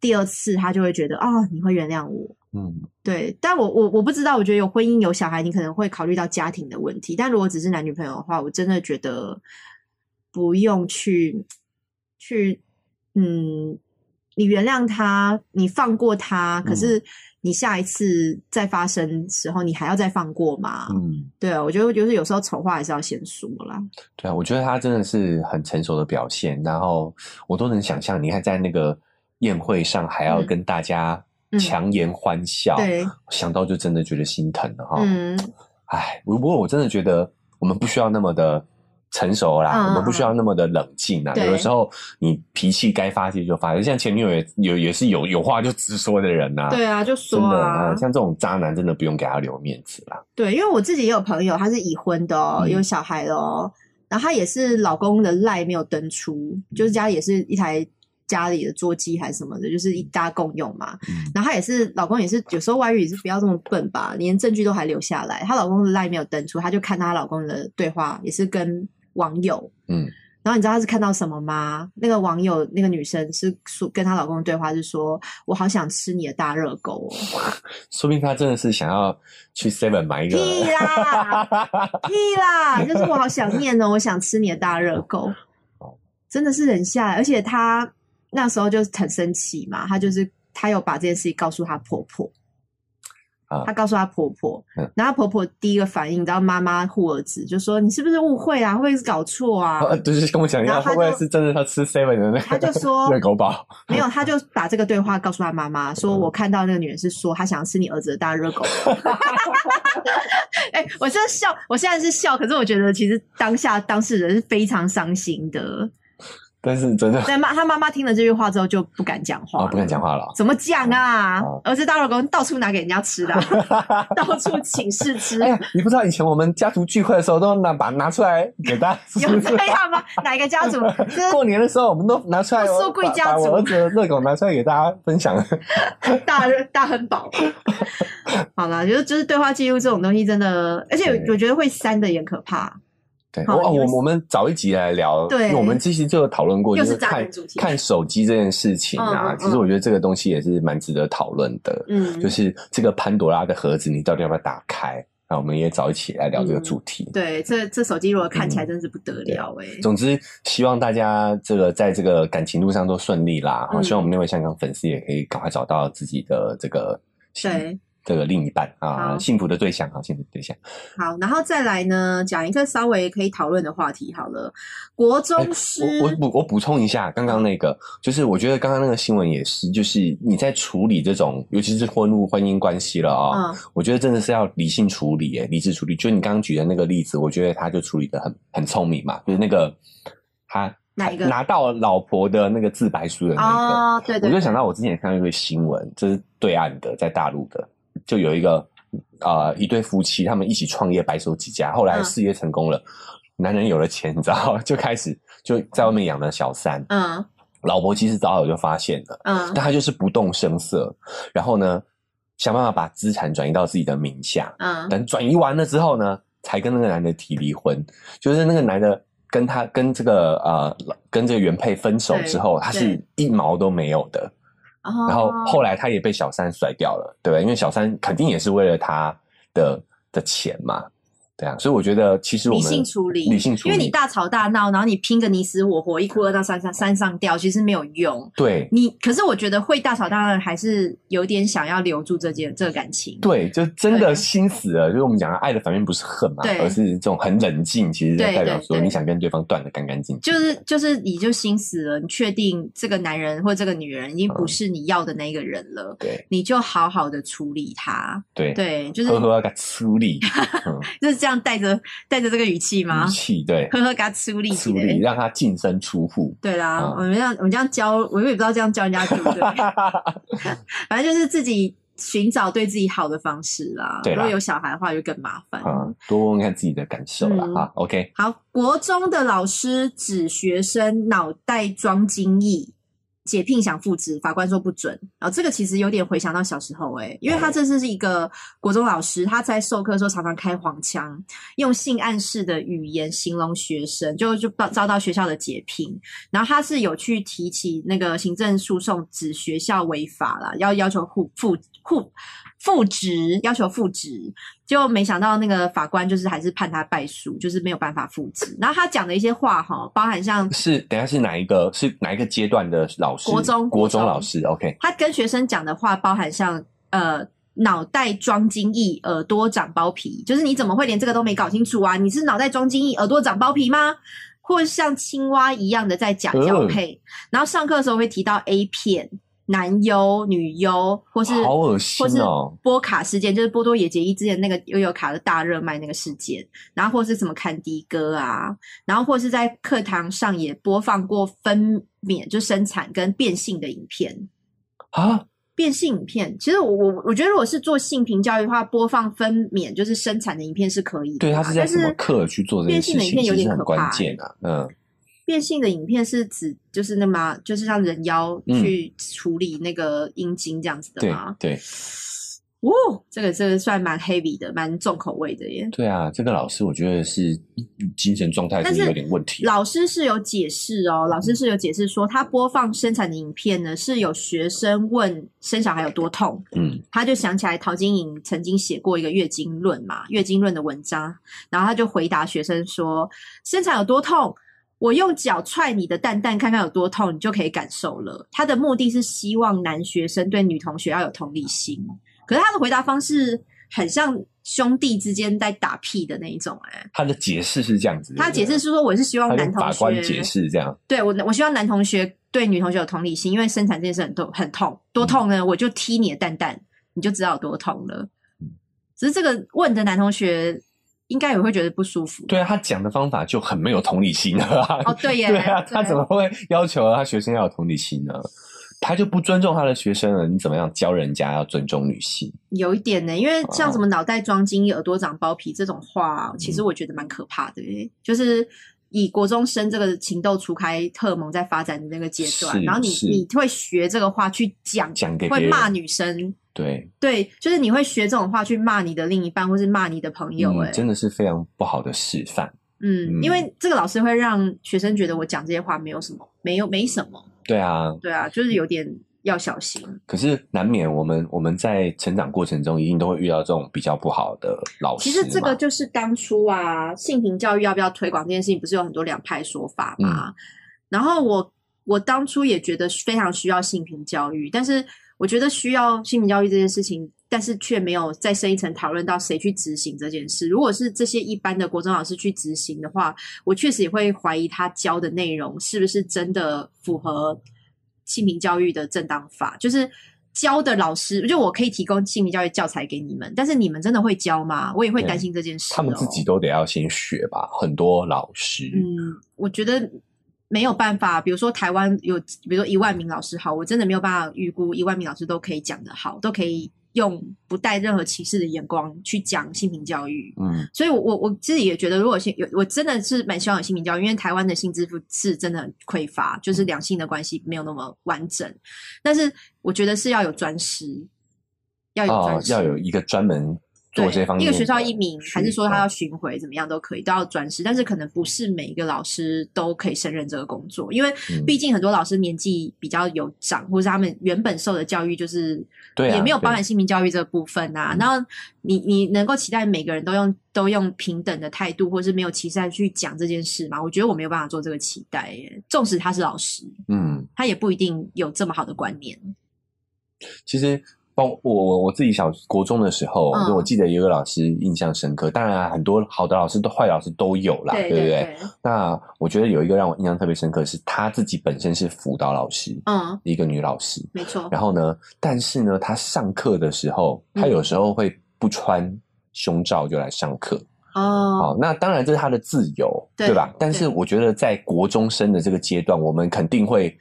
Speaker 2: 第二次他就会觉得哦，你会原谅我，
Speaker 1: 嗯，
Speaker 2: 对，但我我我不知道，我觉得有婚姻有小孩，你可能会考虑到家庭的问题。但如果只是男女朋友的话，我真的觉得不用去去，嗯，你原谅他，你放过他，可
Speaker 1: 嗯
Speaker 2: 是你下一次再发生时候，你还要再放过吗？
Speaker 1: 嗯，
Speaker 2: 对啊，我觉得就是有时候丑话还是要先说啦。
Speaker 1: 对啊，我觉得他真的是很成熟的表现，然后我都能想象，你看在那个宴会上还要
Speaker 2: 嗯
Speaker 1: 跟大家
Speaker 2: 嗯
Speaker 1: 强颜欢笑，
Speaker 2: 对，
Speaker 1: 想到就真的觉得心疼了哈。
Speaker 2: 嗯，
Speaker 1: 哎，不过我真的觉得我们不需要那么的成熟啦，
Speaker 2: 嗯
Speaker 1: 我们不需要那么的冷静啦。
Speaker 2: 对
Speaker 1: 有的时候你脾气该发泄就发泄，像前女友也有也是有有话就直说的人呐、
Speaker 2: 对啊，就
Speaker 1: 真
Speaker 2: 说
Speaker 1: 的
Speaker 2: 啊
Speaker 1: 啊，，像这种渣男真的不用给他留面子啦。
Speaker 2: 对，因为我自己也有朋友，他是已婚的哦，
Speaker 1: 嗯
Speaker 2: 有小孩的哦，然后他也是老公的赖没有登出，
Speaker 1: 嗯
Speaker 2: 就是家里也是一台家里的桌机还是什么的，就是一大家共用嘛。
Speaker 1: 嗯
Speaker 2: 然后他也是老公也是有时候外遇也是不要这么笨吧，连证据都还留下来，她老公的赖没有登出，她就看她老公的对话也是跟网友。
Speaker 1: 嗯，
Speaker 2: 然后你知道她是看到什么吗？那个网友那个女生是说跟她老公的对话是说：“我好想吃你的大热狗哦。”
Speaker 1: 说不定他真的是想要去 Seven 买一个。
Speaker 2: 屁啦屁啦，就是我好想念哦，我想吃你的大热 狗，
Speaker 1: 哦
Speaker 2: 真的是忍下来，而且她那时候就是很生气嘛，她就是她有把这件事情告诉她婆婆，
Speaker 1: 啊
Speaker 2: 她告诉她婆婆
Speaker 1: 嗯，
Speaker 2: 然后她婆婆第一个反应，你知道妈妈护儿子就说你是不是误会啊，会不会是搞错啊？
Speaker 1: 啊， 就是跟我讲一
Speaker 2: 然
Speaker 1: 下，
Speaker 2: 后他
Speaker 1: 会不会
Speaker 2: 就是
Speaker 1: 真的他吃 Seven 的那
Speaker 2: 她就
Speaker 1: 个
Speaker 2: 说
Speaker 1: 热狗堡？
Speaker 2: 没有，她就把这个对话告诉她妈妈，
Speaker 1: 嗯
Speaker 2: 说我看到那个女人是说她想吃你儿子的大热狗了。 哎、我真的笑，我现在是笑，可是我觉得其实当下当事人是非常伤心的。
Speaker 1: 但是真的
Speaker 2: 但妈她妈妈听了这句话之后就不敢讲话、
Speaker 1: 啊，不敢讲。话了。
Speaker 2: 怎么讲啊？
Speaker 1: 哦
Speaker 2: 儿子大热狗到处拿给人家吃的啊、 到处请示吃，
Speaker 1: 哎呀，你不知道以前我们家族聚会的时候都拿把拿出来给大家吃。
Speaker 2: 有这样吗？哪一个家族？ 就是
Speaker 1: 过年的时候，我们都拿出来，
Speaker 2: 不
Speaker 1: 我
Speaker 2: 输贵家
Speaker 1: 把
Speaker 2: 族
Speaker 1: 把我儿子的热狗拿出来给大家分 享。
Speaker 2: 大大亨堡。 好啦，就是就是对话记录这种东西，真的，而且
Speaker 1: 对
Speaker 2: 我觉得会删的也很可怕，
Speaker 1: 对，
Speaker 2: 好
Speaker 1: 我哦
Speaker 2: 因为
Speaker 1: 我我们早一集来聊，
Speaker 2: 对
Speaker 1: 因为我们之前就有讨论过，
Speaker 2: 又
Speaker 1: 就是是
Speaker 2: 渣
Speaker 1: 看
Speaker 2: 男主题。
Speaker 1: 看手机这件事情
Speaker 2: 嗯
Speaker 1: 啊
Speaker 2: 嗯，
Speaker 1: 其实我觉得这个东西也是蛮值得讨论的，
Speaker 2: 嗯，
Speaker 1: 就是这个潘多拉的盒子，你到底要不要打开？那我们也早一起来聊这个主题。
Speaker 2: 对，这这手机如果看
Speaker 1: 嗯
Speaker 2: 起来真是不得了哎、
Speaker 1: 总之，希望大家这个在这个感情路上都顺利啦。
Speaker 2: 嗯
Speaker 1: 希望我们那位香港粉丝也可以赶快找到自己的这个
Speaker 2: 对，
Speaker 1: 这个另一半啊，
Speaker 2: 好
Speaker 1: 幸福的对象啊，幸福的对象。
Speaker 2: 好，然后再来呢，讲一个稍微可以讨论的话题好了。国中师，
Speaker 1: 哎
Speaker 2: 嗯
Speaker 1: 我我补我补充一下，刚刚那个就是，我觉得刚刚那个新闻也是，就是你在处理这种，尤其是婚入婚姻关系了啊、
Speaker 2: 嗯
Speaker 1: 我觉得真的是要理性处理，诶，理智处理。就你刚刚举的那个例子，我觉得他就处理的很很聪明嘛，就是那个他
Speaker 2: 哪一个
Speaker 1: 拿到老婆的那个自白书的那个，
Speaker 2: 哦，对对，
Speaker 1: 我就想
Speaker 2: 对
Speaker 1: 到我之前也看到一个新闻，这是对岸的，在大陆的，就有一个呃一对夫妻，他们一起创业白手起家，后来
Speaker 2: 嗯
Speaker 1: 事业成功了，男人有了钱，你知道吗， 就开始就在外面养了小三，
Speaker 2: 嗯
Speaker 1: 老婆其实早早就发现了，
Speaker 2: 嗯
Speaker 1: 但他就是不动声色，然后呢想办法把资产转移到自己的名下，
Speaker 2: 嗯，
Speaker 1: 等转移完了之后呢，才跟那个男的提离婚。就是那个男的跟他跟这个呃跟这个原配分手之后，他是一毛都没有的。然
Speaker 2: 然
Speaker 1: 后后来他也被小三甩掉了，对吧？因为小三肯定也是为了他的的钱嘛。对啊，所以我觉得其实我
Speaker 2: 理
Speaker 1: 们
Speaker 2: 性处理，
Speaker 1: 理性处理，
Speaker 2: 因为你大吵大闹，然后你拼个你死我活，一哭二闹三上三上吊，其实没有用。
Speaker 1: 对
Speaker 2: 你可是我觉得会大吵大闹的，还是有点想要留住这件这个感情。
Speaker 1: 对，就真
Speaker 2: 对
Speaker 1: 的心死了。就是我们讲的爱的反面不是恨嘛
Speaker 2: 对，
Speaker 1: 而是这种很冷静，其实在
Speaker 2: 对
Speaker 1: 代表
Speaker 2: 对
Speaker 1: 说
Speaker 2: 对
Speaker 1: 你想跟对方断的干干净净。
Speaker 2: 就是就是，你就心死了。你确定这个男人或这个女人已经不
Speaker 1: 嗯
Speaker 2: 是你要的那个人了，
Speaker 1: 对
Speaker 2: 你就好好的处理他。
Speaker 1: 对
Speaker 2: 对，就是
Speaker 1: 呵呵，个处 理嗯
Speaker 2: 就是这样带着带着这个语气吗
Speaker 1: 语？气对
Speaker 2: 呵呵，嘎啊出力
Speaker 1: 嗯处
Speaker 2: 气
Speaker 1: 理，啊
Speaker 2: 的。
Speaker 1: 让他净身出户。
Speaker 2: 对啦，
Speaker 1: 嗯
Speaker 2: 我们这样我们这样教，我也不知道这样教人家对 不对，反正就是自己寻找对自己好的方式啦。
Speaker 1: 对
Speaker 2: 如
Speaker 1: 啦
Speaker 2: 果有小孩的话，就更麻烦。
Speaker 1: 啊，多问问看自己的感受啦。
Speaker 2: 嗯
Speaker 1: 啊，OK，
Speaker 2: 好，国中的老师指学生脑袋装精益，解聘想复职，法官说不准。然后这个其实有点回想到小时候诶、因为他这是一个国中老师，他在授课的时候常常开黄腔，用性暗示的语言形容学生，就就遭遭到学校的解聘。然后他是有去提起那个行政诉讼，指学校违法啦，要要求复复复复职，要求复职。结果没想到那个法官就是还是判他败诉，就是没有办法复职。然后他讲的一些话哈，包含像
Speaker 1: 是等一下是哪一个？是哪一个阶段的老师？
Speaker 2: 国中
Speaker 1: 国
Speaker 2: 国
Speaker 1: 中
Speaker 2: 中
Speaker 1: 老师。OK，
Speaker 2: 他跟学生讲的话，包含像呃。脑袋装精益，耳朵长包皮，就是你怎么会连这个都没搞清楚啊？你是脑袋装精益，耳朵长包皮吗？或者像青蛙一样的在假
Speaker 1: 嗯
Speaker 2: 交配，然后上课的时候会提到 A 片、男优、女优，或是
Speaker 1: 好恶心
Speaker 2: 或是
Speaker 1: 哦！
Speaker 2: 波卡事件，就是波多野结衣之前那个悠悠卡的大热卖那个事件，然后或是什么坎迪哥啊，然后或是在课堂上也播放过分娩就生产跟变性的影片。
Speaker 1: 啊，
Speaker 2: 变性影片，其实我我我觉得，如果是做性平教育的话，播放分娩就是生产的影片是可以的
Speaker 1: 对，
Speaker 2: 啦
Speaker 1: 他是在什么
Speaker 2: 但
Speaker 1: 课去做这件
Speaker 2: 变
Speaker 1: 事
Speaker 2: 性的
Speaker 1: 情？
Speaker 2: 影片有
Speaker 1: 其实
Speaker 2: 点
Speaker 1: 很
Speaker 2: 可怕
Speaker 1: 关
Speaker 2: 欸
Speaker 1: 键啊。嗯，
Speaker 2: 变性的影片是指就是那么就是让人妖
Speaker 1: 嗯
Speaker 2: 去处理那个阴茎这样子的
Speaker 1: 对
Speaker 2: 吗？
Speaker 1: 对
Speaker 2: 哦，这个这个算蛮 heavy 的，蛮重口味的耶。
Speaker 1: 对啊！这个老师我觉得是精神状态
Speaker 2: 但
Speaker 1: 是
Speaker 2: 是
Speaker 1: 有点问题。
Speaker 2: 老师是有解释哦，老师是有解释说，他播放生产的影片呢，是有学生问生小孩有多痛，
Speaker 1: 嗯，
Speaker 2: 他就想起来陶晶莹曾经写过一个月经论嘛，月经论的文章，然后他就回答学生说，生产有多痛。我用脚踹你的蛋蛋，看看有多痛，你就可以感受了。他的目的是希望男学生对女同学要有同理心，可是他的回答方式很像兄弟之间在打屁的那一种、哎，
Speaker 1: 他的解释是这样子。
Speaker 2: 他
Speaker 1: 对
Speaker 2: 解
Speaker 1: 不对
Speaker 2: 释是说，我是希望
Speaker 1: 他
Speaker 2: 男
Speaker 1: 跟
Speaker 2: 同
Speaker 1: 法
Speaker 2: 学
Speaker 1: 官解释这样。
Speaker 2: 对我，我希望男同学对女同学有同理心，因为生产这件事很痛，很痛，多
Speaker 1: 嗯
Speaker 2: 痛呢？我就踢你的蛋蛋，你就知道有多痛了
Speaker 1: 嗯。
Speaker 2: 只是这个问的男同学应该也会觉得不舒服。
Speaker 1: 对啊，他讲的方法就很没有同理心啊。
Speaker 2: 哦，对耶，
Speaker 1: 对啊，他
Speaker 2: 对
Speaker 1: 怎么会要求他学生要有同理心呢？他就不尊重他的学生了，你怎么样教人家要尊重女性？
Speaker 2: 有一点呢？因为像
Speaker 1: 哦嗯
Speaker 2: 什么脑袋装金、耳朵长包皮这种话，其实我觉得蛮可怕的耶，就是。以国中生这个情窦初开、荷尔蒙在发展的那个阶段，
Speaker 1: 是
Speaker 2: 然后你
Speaker 1: 是
Speaker 2: 你会学这个话去讲，
Speaker 1: 讲给别
Speaker 2: 会
Speaker 1: 人
Speaker 2: 骂女生，
Speaker 1: 对，
Speaker 2: 对，就是你会学这种话去骂你的另一半，或是骂你的朋友、欸，
Speaker 1: 嗯，真的是非常不好的示范。
Speaker 2: 嗯，
Speaker 1: 嗯
Speaker 2: 因为这个老师会让学生觉得我讲这些话没有什么，没有没什么，
Speaker 1: 对啊，
Speaker 2: 对啊，就是有点要小心。
Speaker 1: 可是难免我们我们在成长过程中一定都会遇到这种比较不好的老师
Speaker 2: 其
Speaker 1: 嘛。
Speaker 2: 实这个就是当初啊，性平教育要不要推广这件事情，不是有很多两派说法嘛。
Speaker 1: 嗯
Speaker 2: 然后我我当初也觉得非常需要性平教育，但是我觉得需要性平教育这件事情，但是却没有再深一层讨论到谁去执行这件事。如果是这些一般的国中老师去执行的话，我确实也会怀疑他教的内容是不是真的符合性平教育的正当法，就是。教的老师，就我可以提供性平教育教材给你们，但是你们真的会教吗？我也会
Speaker 1: 对
Speaker 2: 担心这件事、哦。
Speaker 1: 他们自己都得要先学吧，很多老师。
Speaker 2: 嗯，我觉得没有办法。比如说台湾有，比如说一万名老师好，我真的没有办法预估一万名老师都可以讲得好，都可以用不带任何歧视的眼光去讲性平教育。
Speaker 1: 嗯，
Speaker 2: 所以我，我我自己也觉得，如果性有，我真的是蛮希望有性平教育，因为台湾的性支付是真的很匮乏，就是
Speaker 1: 嗯
Speaker 2: 两性的关系没有那么完整。但是，我觉得是要有专师，要有
Speaker 1: 哦
Speaker 2: 专，师，
Speaker 1: 要有一个专门做这方面
Speaker 2: 一
Speaker 1: 的嗯
Speaker 2: 个学校一名，还是说
Speaker 1: 需
Speaker 2: 他
Speaker 1: 求
Speaker 2: 要巡回，怎么样都可以，都要转师，但是可能不是每一个老师都可以胜任这个工作，因为
Speaker 1: 嗯
Speaker 2: 毕竟很多老师年纪比较有长，或是他们原本受的教育就是
Speaker 1: 对啊
Speaker 2: 也没有
Speaker 1: 对
Speaker 2: 包含性平教育这个部分呐、
Speaker 1: 嗯
Speaker 2: 然后你你能够期待每个人都用都用平等的态度，或是没有期待去讲这件事吗？我觉得我没有办法做这个期待耶，纵使他是老师，
Speaker 1: 嗯，
Speaker 2: 他也不一定有这么好的观念。
Speaker 1: 其实包我我我自己小国中的时候，
Speaker 2: 嗯
Speaker 1: 就我记得有个老师印象深刻。当然，很多好的老师都坏老师都有啦，对不对？，那我觉得有一个让我印象特别深刻，是她自己本身是辅导老师，
Speaker 2: 嗯，
Speaker 1: 一个女老师。
Speaker 2: 没错，
Speaker 1: 然后呢，但是呢，她上课的时候，
Speaker 2: 嗯
Speaker 1: 她有时候会不穿胸罩就来上课。
Speaker 2: 哦，
Speaker 1: 哦，那当然这是她的自由，
Speaker 2: 对
Speaker 1: 对吧？但是
Speaker 2: 对
Speaker 1: 我觉得在国中生的这个阶段，我们肯定会，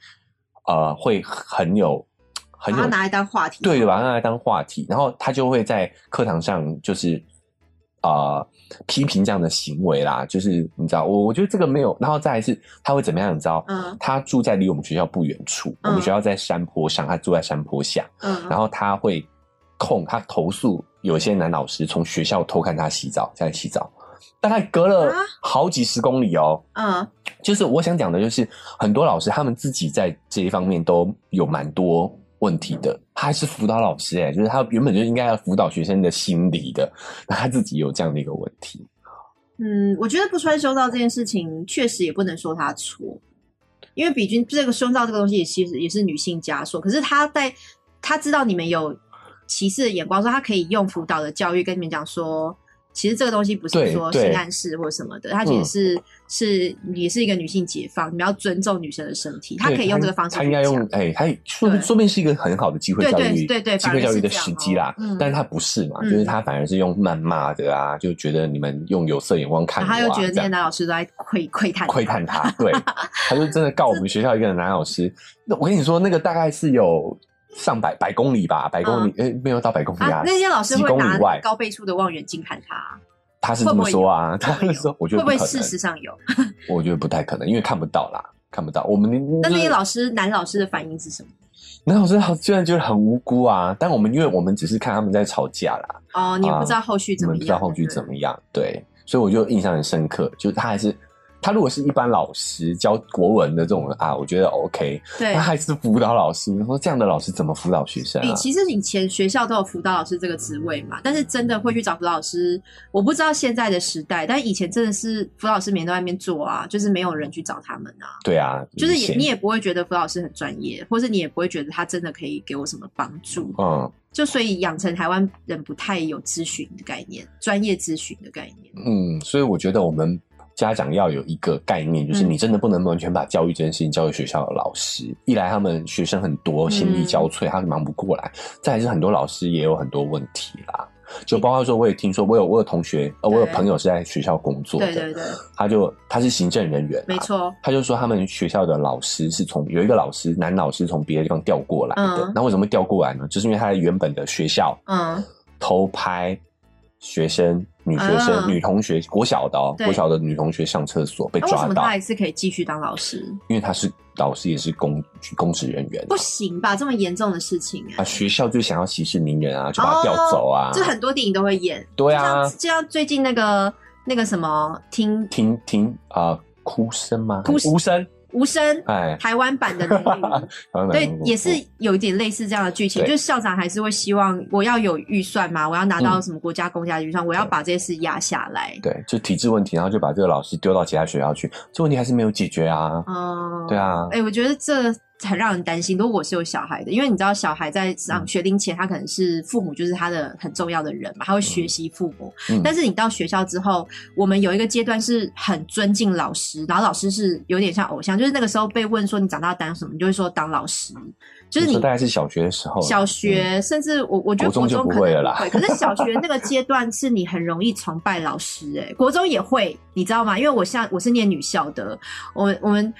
Speaker 1: 呃，会很有
Speaker 2: 把
Speaker 1: 很有
Speaker 2: 它拿来当话题，
Speaker 1: 对的，把它拿来当话题，然后他就会在课堂上就是啊、呃批评这样的行为啦，就是你知道，我我觉得这个没有，然后再来是他会怎么样，你知道？
Speaker 2: 嗯
Speaker 1: 他住在离我们学校不远处，我
Speaker 2: 嗯
Speaker 1: 们学校在山坡上，他住在山坡下，
Speaker 2: 嗯，
Speaker 1: 然后他会控他投诉有些男老师从学校偷看他洗澡，在洗澡，大概隔了
Speaker 2: 啊
Speaker 1: 好几十公里哦，
Speaker 2: 嗯
Speaker 1: 就是我想讲的，就是很多老师他们自己在这一方面都有蛮多问题的。他还是辅导老师、欸，就是他原本就应该要辅导学生的心理的，那他自己有这样的一个问题。
Speaker 2: 嗯，我觉得不穿胸罩这件事情确实也不能说他错，因为比君这个胸罩这个东西也其实也是女性枷锁，可是他在他知道你们有歧视的眼光，说他可以用辅导的教育跟你们讲说。其实这个东西不是
Speaker 1: 对
Speaker 2: 说
Speaker 1: 对
Speaker 2: 性暗示或什么的，它其
Speaker 1: 嗯
Speaker 2: 实是、是也是一个女性解放，你们要尊重女生的身体，她可以用这个方式
Speaker 1: 他
Speaker 2: 去
Speaker 1: 应该用
Speaker 2: 讲，
Speaker 1: 哎、他说
Speaker 2: 对
Speaker 1: 说不定是一个很好的机会
Speaker 2: 对
Speaker 1: 教
Speaker 2: 对
Speaker 1: 育，
Speaker 2: 对对
Speaker 1: 机
Speaker 2: 反而
Speaker 1: 会教
Speaker 2: 是
Speaker 1: 育的
Speaker 2: 这样
Speaker 1: 时
Speaker 2: 哦
Speaker 1: 机啦。
Speaker 2: 嗯
Speaker 1: 但是他不是嘛，
Speaker 2: 嗯
Speaker 1: 就是他反而是用谩骂的啊，就觉得你们用有色眼光看
Speaker 2: 然
Speaker 1: 我、
Speaker 2: 后
Speaker 1: 啊，
Speaker 2: 她又觉得
Speaker 1: 这
Speaker 2: 那些
Speaker 1: 样
Speaker 2: 男老师都在窥窥探她
Speaker 1: 窥探他， 对，他就真的告我们学校一个男老师。那我跟你说，那个大概是有上百百公里吧，百公里，诶，没有到百公里
Speaker 2: 啊
Speaker 1: 啊，，
Speaker 2: 那些老师
Speaker 1: 几
Speaker 2: 会
Speaker 1: 公
Speaker 2: 拿
Speaker 1: 里外，
Speaker 2: 高倍数的望远镜看她，
Speaker 1: 他是这么说啊，
Speaker 2: 会
Speaker 1: 他
Speaker 2: 不会有
Speaker 1: 是说，我觉
Speaker 2: 会
Speaker 1: 得
Speaker 2: 不会
Speaker 1: 可能
Speaker 2: 事实上有？
Speaker 1: 我觉得不太可能，因为看不到啦，看不到。我们
Speaker 2: 那那些
Speaker 1: 就是
Speaker 2: 老师，男老师的反应是什么？
Speaker 1: 男老师好，虽然觉得很无辜啊，但我们因为我们只是看他们在吵架啦，
Speaker 2: 哦，你也
Speaker 1: 啊
Speaker 2: 不知道后续
Speaker 1: 我
Speaker 2: 怎么样，
Speaker 1: 们不知道后续
Speaker 2: 对
Speaker 1: 怎么样，对，所以我就印象很深刻，就是他还是。他如果是一般老师教国文的这种啊，我觉得 OK。
Speaker 2: 对
Speaker 1: 他。还是辅导老师，我说这样的老师怎么辅导学 生
Speaker 2: 以
Speaker 1: 啊？
Speaker 2: 其实以前学校都有辅导老师这个职位嘛，但是真的会去找辅导老师，我不知道现在的时代，但以前真的是辅导老师每天都在那边做啊，就是没有人去找他们啊，
Speaker 1: 对啊，
Speaker 2: 就是也
Speaker 1: 明显
Speaker 2: 你也不会觉得辅导老师很专业，或是你也不会觉得他真的可以给我什么帮助，
Speaker 1: 嗯
Speaker 2: 就所以养成台湾人不太有咨询的概念，专业咨询的概念。
Speaker 1: 嗯，所以我觉得我们家长要有一个概念，就是
Speaker 2: 嗯
Speaker 1: 你真的不能完全把教育这件事情交给学校的老师。一来他们学生很多，心力
Speaker 2: 嗯
Speaker 1: 交瘁，他们忙不过来；再来是很多老师也有很多问题啦。就包括说，我也听说，我有我有同学，呃，
Speaker 2: 对
Speaker 1: 我有朋友是在学校工作的，
Speaker 2: 对对对，
Speaker 1: 他就他是行政人员、啊
Speaker 2: 没，错，
Speaker 1: 他就说他们学校的老师是从有一个老师男老师从别的地方调过来的
Speaker 2: 嗯，
Speaker 1: 那、为什么调过来呢？就是因为他在原本的学校
Speaker 2: 嗯，
Speaker 1: 偷拍学生、女学生、
Speaker 2: 啊
Speaker 1: 女同学，国小的哦，
Speaker 2: 对
Speaker 1: 国小的女同学上厕所被
Speaker 2: 那、为什
Speaker 1: 抓
Speaker 2: 么
Speaker 1: 到
Speaker 2: 他，还是可以继续当老师？
Speaker 1: 因为她是老师，也是公公职人员
Speaker 2: 不行吧，这么严重的事情
Speaker 1: 啊，
Speaker 2: 哎、
Speaker 1: 学校就想要息事宁人啊，就把她调走啊，
Speaker 2: 哦这很多电影都会演。
Speaker 1: 对啊
Speaker 2: 就，像就像最近那个那个什么听
Speaker 1: 听听啊，哭声吗？
Speaker 2: 哭声
Speaker 1: 哭声，
Speaker 2: 无声
Speaker 1: 哎，
Speaker 2: 台湾版的那 个。
Speaker 1: 当然
Speaker 2: 对
Speaker 1: 我，
Speaker 2: 也是有一点类似这样的剧情，就
Speaker 1: 嗯对
Speaker 2: 是校长还是会希望我要有预算嘛，我要拿到什么国家公家的预算，我要把这些事压下来。
Speaker 1: 嗯对，就体制问题，然后就把这个老师丢到其他学校去，这问题还是没有解决啊。
Speaker 2: 哦，
Speaker 1: 对啊
Speaker 2: 哎、我觉得这很让人担心。如果我是有小孩的，因为你知道，小孩在上
Speaker 1: 嗯
Speaker 2: 学龄前，他可能是父母就是他的很重要的人嘛，他会学习父母。
Speaker 1: 嗯
Speaker 2: 但是你到学校之后，我们有一个阶段是很尊敬老师，然后老师是有点像偶像，就是那个时候被问说你长大要当什么，你就会说当老师，就是
Speaker 1: 你
Speaker 2: 你
Speaker 1: 说大概是小学的时候啦，
Speaker 2: 小学，甚至我我觉得国
Speaker 1: 嗯国中
Speaker 2: 中
Speaker 1: 就
Speaker 2: 可能
Speaker 1: 不会了啦
Speaker 2: 不会可是小学那个阶段是你很容易崇拜老师、欸，国中也会，你知道吗？因为我像我是念女校的，我我们。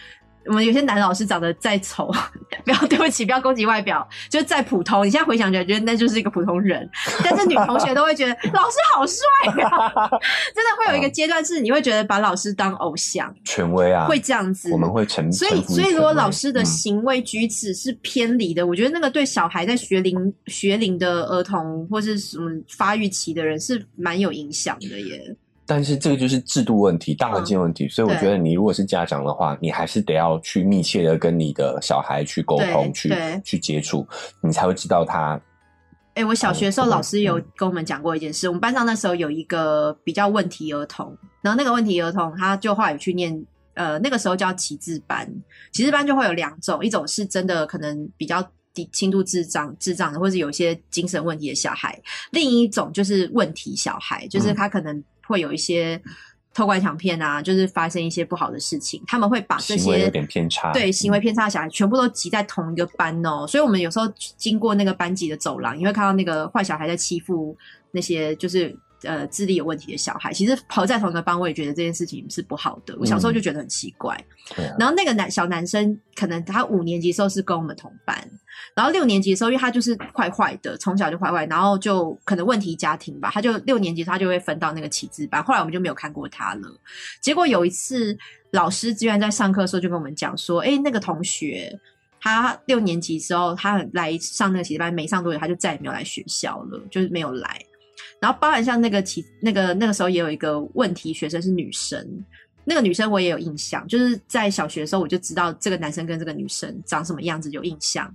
Speaker 2: 我们有些男老师长得再丑， 不要对不起，不要攻击外表，就再普通。你现在回想起来，觉得那就是一个普通人，但是女同学都会觉得老师好帅啊！ 真的会有一个阶段是你会觉得把老师当偶像，
Speaker 1: 权威啊，
Speaker 2: 会这样子。
Speaker 1: 我们会臣，
Speaker 2: 所
Speaker 1: 臣
Speaker 2: 以，
Speaker 1: 服于
Speaker 2: 所以如果
Speaker 1: 权威
Speaker 2: 老师的
Speaker 1: 嗯
Speaker 2: 行为举止是偏离的，我觉得那个对小孩在学龄学龄的儿童或是什么发育期的人是蛮有影响的耶。
Speaker 1: 但是这个就是制度问题、大环
Speaker 2: 嗯
Speaker 1: 境问题，所以我觉得你如果是家长的话，你还是得要去密切的跟你的小孩去沟
Speaker 2: 对
Speaker 1: 通、去
Speaker 2: 对
Speaker 1: 去接触，你才会知道他
Speaker 2: 哎、我小学的时候
Speaker 1: 哦
Speaker 2: 老师有
Speaker 1: 嗯
Speaker 2: 跟我们讲过一件事，我们班上那时候有一个比较问题儿童，然后那个问题儿童他就后来有去念。呃，那个时候叫旗帜班，旗帜班就会有两种，一种是真的可能比较低轻度智障、智障的，或是有一些精神问题的小孩，另一种就是问题小孩，就是
Speaker 1: 嗯
Speaker 2: 他可能会有一些偷拐抢骗啊，就是发生一些不好的事情，他们会把这
Speaker 1: 行为
Speaker 2: 些
Speaker 1: 有点偏差。
Speaker 2: 对行为
Speaker 1: 嗯
Speaker 2: 偏差的小孩全部都集在同一个班哦，所以我们有时候经过那个班级的走廊，你会看到那个坏小孩在欺负那些就是。呃，智力有问题的小孩，其实跑在同一个班，我也觉得这件事情是不好的。我小时候就觉得很奇怪。
Speaker 1: 嗯对啊
Speaker 2: 然后那个男小男生，可能他五年级的时候是跟我们同班，然后六年级的时候，因为他就是坏坏的，从小就坏坏，然后就可能问题家庭吧，他就六年级他就会分到那个启智班，后来我们就没有看过他了。结果有一次，老师居然在上课的时候就跟我们讲说，哎，那个同学。他六年级之后，他来上那个启智班，没上多久他就再也没有来学校了，就是没有来。然后包含像那个其那个那个时候也有一个问题学生是女生，那个女生我也有印象，就是在小学的时候我就知道这个男生跟这个女生长什么样子有印象。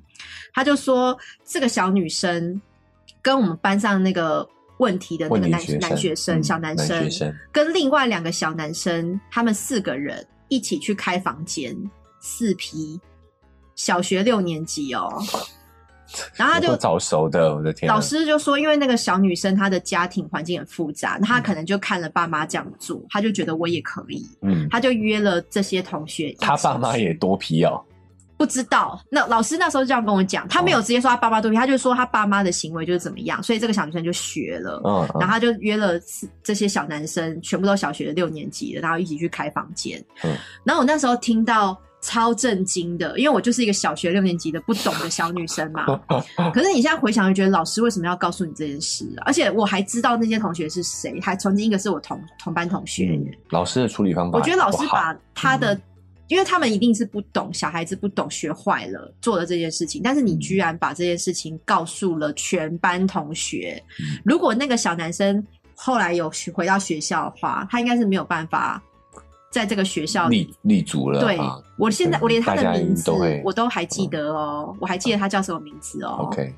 Speaker 2: 他就说这个小女生跟我们班上那个问题的那
Speaker 1: 问
Speaker 2: 个
Speaker 1: 题
Speaker 2: 男
Speaker 1: 学
Speaker 2: 男学生、
Speaker 1: 嗯
Speaker 2: 小男生，
Speaker 1: 学生
Speaker 2: 跟另外两个小男生，他们四个人一起去开房间，四批，小学六年级哦。 然后他
Speaker 1: 我
Speaker 2: 啊就
Speaker 1: 会早熟的，我的天啊，
Speaker 2: 老师就说，因为那个小女生她的家庭环境很复杂，那她可能就看了爸妈这样做，她就觉得我也可以，
Speaker 1: 嗯，
Speaker 2: 她就约了这些同学一起去。
Speaker 1: 他爸妈也多皮哦，
Speaker 2: 不知道。那老师那时候就这样跟我讲，他没有直接说他爸妈对不起，他就说他爸妈的行为就是怎么样，所以这个小女生就学了。
Speaker 1: 嗯，
Speaker 2: 然后
Speaker 1: 后
Speaker 2: 他就约了四这些小男生，全部都小学六年级的，然后一起去开房间。
Speaker 1: 嗯
Speaker 2: 然后我那时候听到超震惊的，因为我就是一个小学六年级的不懂的小女生嘛。可是你现在回想，就觉得老师为什么要告诉你这件事啊、而且我还知道那些同学是谁，还曾经一个是我同同班同学耶。
Speaker 1: 嗯老师的处理方法
Speaker 2: 我
Speaker 1: 也不好，嗯
Speaker 2: 觉得老师把他的，因为他们一定是不懂，小孩子不懂，学坏了做了这件事情，但是你
Speaker 1: 嗯
Speaker 2: 居然把这件事情告诉了全班同学
Speaker 1: 嗯，
Speaker 2: 如果那个小男生后来有学回到学校的话，他应该是没有办法在这个学校
Speaker 1: 立立足了
Speaker 2: 对
Speaker 1: 啊，
Speaker 2: 我现在我连他
Speaker 1: 大
Speaker 2: 的
Speaker 1: 家
Speaker 2: 名字
Speaker 1: 都会嗯
Speaker 2: 我都还记得哦，我还记得他叫什么名字哦。
Speaker 1: ，OK，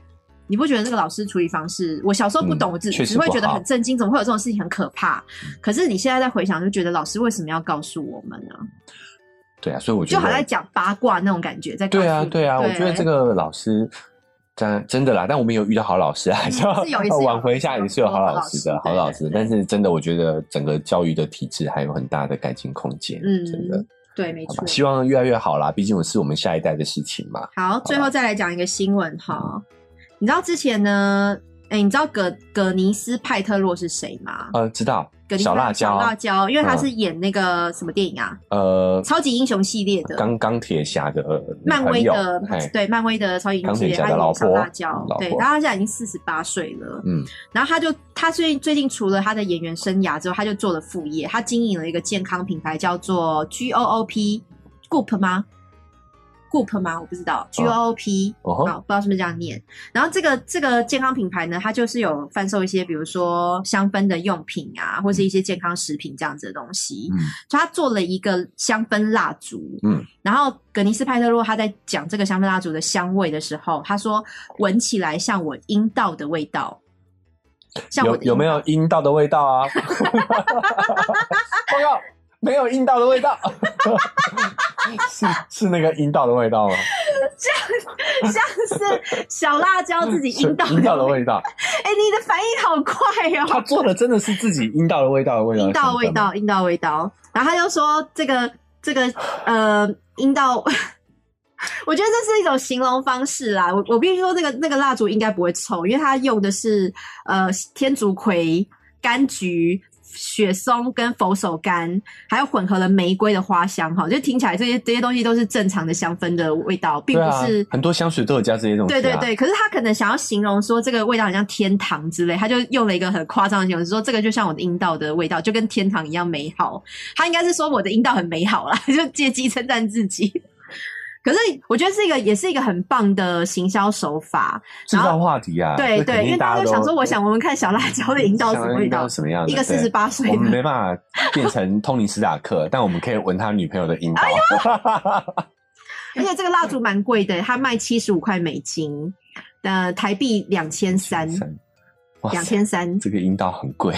Speaker 2: 你不觉得这个老师处理方式，我小时候不懂，
Speaker 1: 嗯
Speaker 2: 我只
Speaker 1: 确实
Speaker 2: 只会
Speaker 1: 不
Speaker 2: 觉得
Speaker 1: 好嗯
Speaker 2: 很震惊，怎么会有这种事情，很可怕。可是你现在在回想，就觉得老师为什么要告诉我们呢？
Speaker 1: 对啊，所以我觉
Speaker 2: 就
Speaker 1: 得
Speaker 2: 好像在讲八卦那种感觉，在告诉
Speaker 1: 对啊，
Speaker 2: 你
Speaker 1: 对啊，我觉得这个老师真真的啦，但我们有遇到好老师啊，还是要
Speaker 2: 嗯是有一
Speaker 1: 要
Speaker 2: 次有
Speaker 1: 挽回一下，也是有好老师的
Speaker 2: 有
Speaker 1: 好
Speaker 2: 好老
Speaker 1: 老
Speaker 2: 师
Speaker 1: 师
Speaker 2: 对。
Speaker 1: 但是真的，我觉得整个教育的体制还有很大的改进空间，
Speaker 2: 嗯
Speaker 1: 真的，
Speaker 2: 对，没
Speaker 1: 好
Speaker 2: 错
Speaker 1: 吧，。希望越来越好啦，毕竟我是我们下一代的事情嘛。
Speaker 2: 好，最后再来讲一个新闻哈。你知道之前呢？哎、你知道葛葛尼斯派特洛是谁吗？
Speaker 1: 呃，知道
Speaker 2: 葛尼斯
Speaker 1: 小辣
Speaker 2: 小
Speaker 1: 椒，
Speaker 2: 辣椒，因为他
Speaker 1: 嗯
Speaker 2: 是演那个什么电影啊？
Speaker 1: 呃，
Speaker 2: 超级英雄系列的，
Speaker 1: 钢钢铁侠的女
Speaker 2: 漫
Speaker 1: 朋
Speaker 2: 威
Speaker 1: 友
Speaker 2: 的
Speaker 1: 嘿
Speaker 2: 对漫威的超级英雄
Speaker 1: 钢
Speaker 2: 系列，
Speaker 1: 铁侠
Speaker 2: 他
Speaker 1: 的老
Speaker 2: 演小
Speaker 1: 婆
Speaker 2: 辣椒，
Speaker 1: 老
Speaker 2: 对，
Speaker 1: 婆
Speaker 2: 然后他现在已经四十八岁了，
Speaker 1: 嗯，
Speaker 2: 然后他就他最最近除了他的演员生涯之后，他就做了副业，他经营了一个健康品牌，叫做 G O O P Goop 吗？Goop 吗？我不知道 G O O P，
Speaker 1: 哦
Speaker 2: 好、
Speaker 1: 吼
Speaker 2: 不知道是不是这样念。然后这个这个健康品牌呢，它就是有贩售一些，比如说香氛的用品啊，或是一些健康食品这样子的东西。
Speaker 1: 嗯
Speaker 2: 所以他做了一个香氛蜡烛，
Speaker 1: 嗯，
Speaker 2: 然后葛尼斯派特洛他在讲这个香氛蜡烛的香味的时候，他说闻起来像我阴道的味道，像我
Speaker 1: 有
Speaker 2: 的
Speaker 1: 有没有
Speaker 2: 阴道？
Speaker 1: 阴道的味道啊？报告，没有阴道的味 道，是是那个阴道的味道吗？
Speaker 2: 像是小辣椒自己阴道
Speaker 1: 是阴道的味道，
Speaker 2: 哎、你的反应好快哦！
Speaker 1: 他做的真的是自己阴道的味道的味道，
Speaker 2: 阴道味道，阴道味道。然后他就说这个这个呃阴道， 我觉得这是一种形容方式啦。我我必须说，那个那个蜡烛应该不会臭，因为它用的是呃天竺葵、柑橘、雪松跟佛手柑，还有混合了玫瑰的花香哈，就听起来这些这些东西都是正常的香氛的味道，并
Speaker 1: 对
Speaker 2: 不
Speaker 1: 啊
Speaker 2: 是。，
Speaker 1: 很多香水都有加这些东西、
Speaker 2: 对
Speaker 1: 啊。
Speaker 2: 对对，可是他可能想要形容说这个味道很像天堂之类，他就用了一个很夸张的形容，说这个就像我的阴道的味道，就跟天堂一样美好。他应该是说我的阴道很美好啦， 就借机称赞自己。可是我觉得是一个，也是一个很棒的行销手法。
Speaker 1: 制
Speaker 2: 然
Speaker 1: 造
Speaker 2: 后
Speaker 1: 话题啊。
Speaker 2: 对
Speaker 1: 这肯
Speaker 2: 对，
Speaker 1: 定
Speaker 2: 因为大
Speaker 1: 大
Speaker 2: 家
Speaker 1: 家
Speaker 2: 都想说，我想闻闻看小辣椒 的阴道
Speaker 1: 到
Speaker 2: 什么味道。
Speaker 1: 什么样的？
Speaker 2: 一个
Speaker 1: 对
Speaker 2: 四十八岁
Speaker 1: 我们
Speaker 2: 的，
Speaker 1: 没办法变成托尼·斯塔克，但我们可以闻他女朋友的
Speaker 2: 哎
Speaker 1: 阴道。
Speaker 2: 而且这个蜡烛蛮贵的，它卖七十五块美金，呃，台币两千三，
Speaker 1: 哇
Speaker 2: 两
Speaker 1: 塞，
Speaker 2: 千三。
Speaker 1: 这个阴道很贵，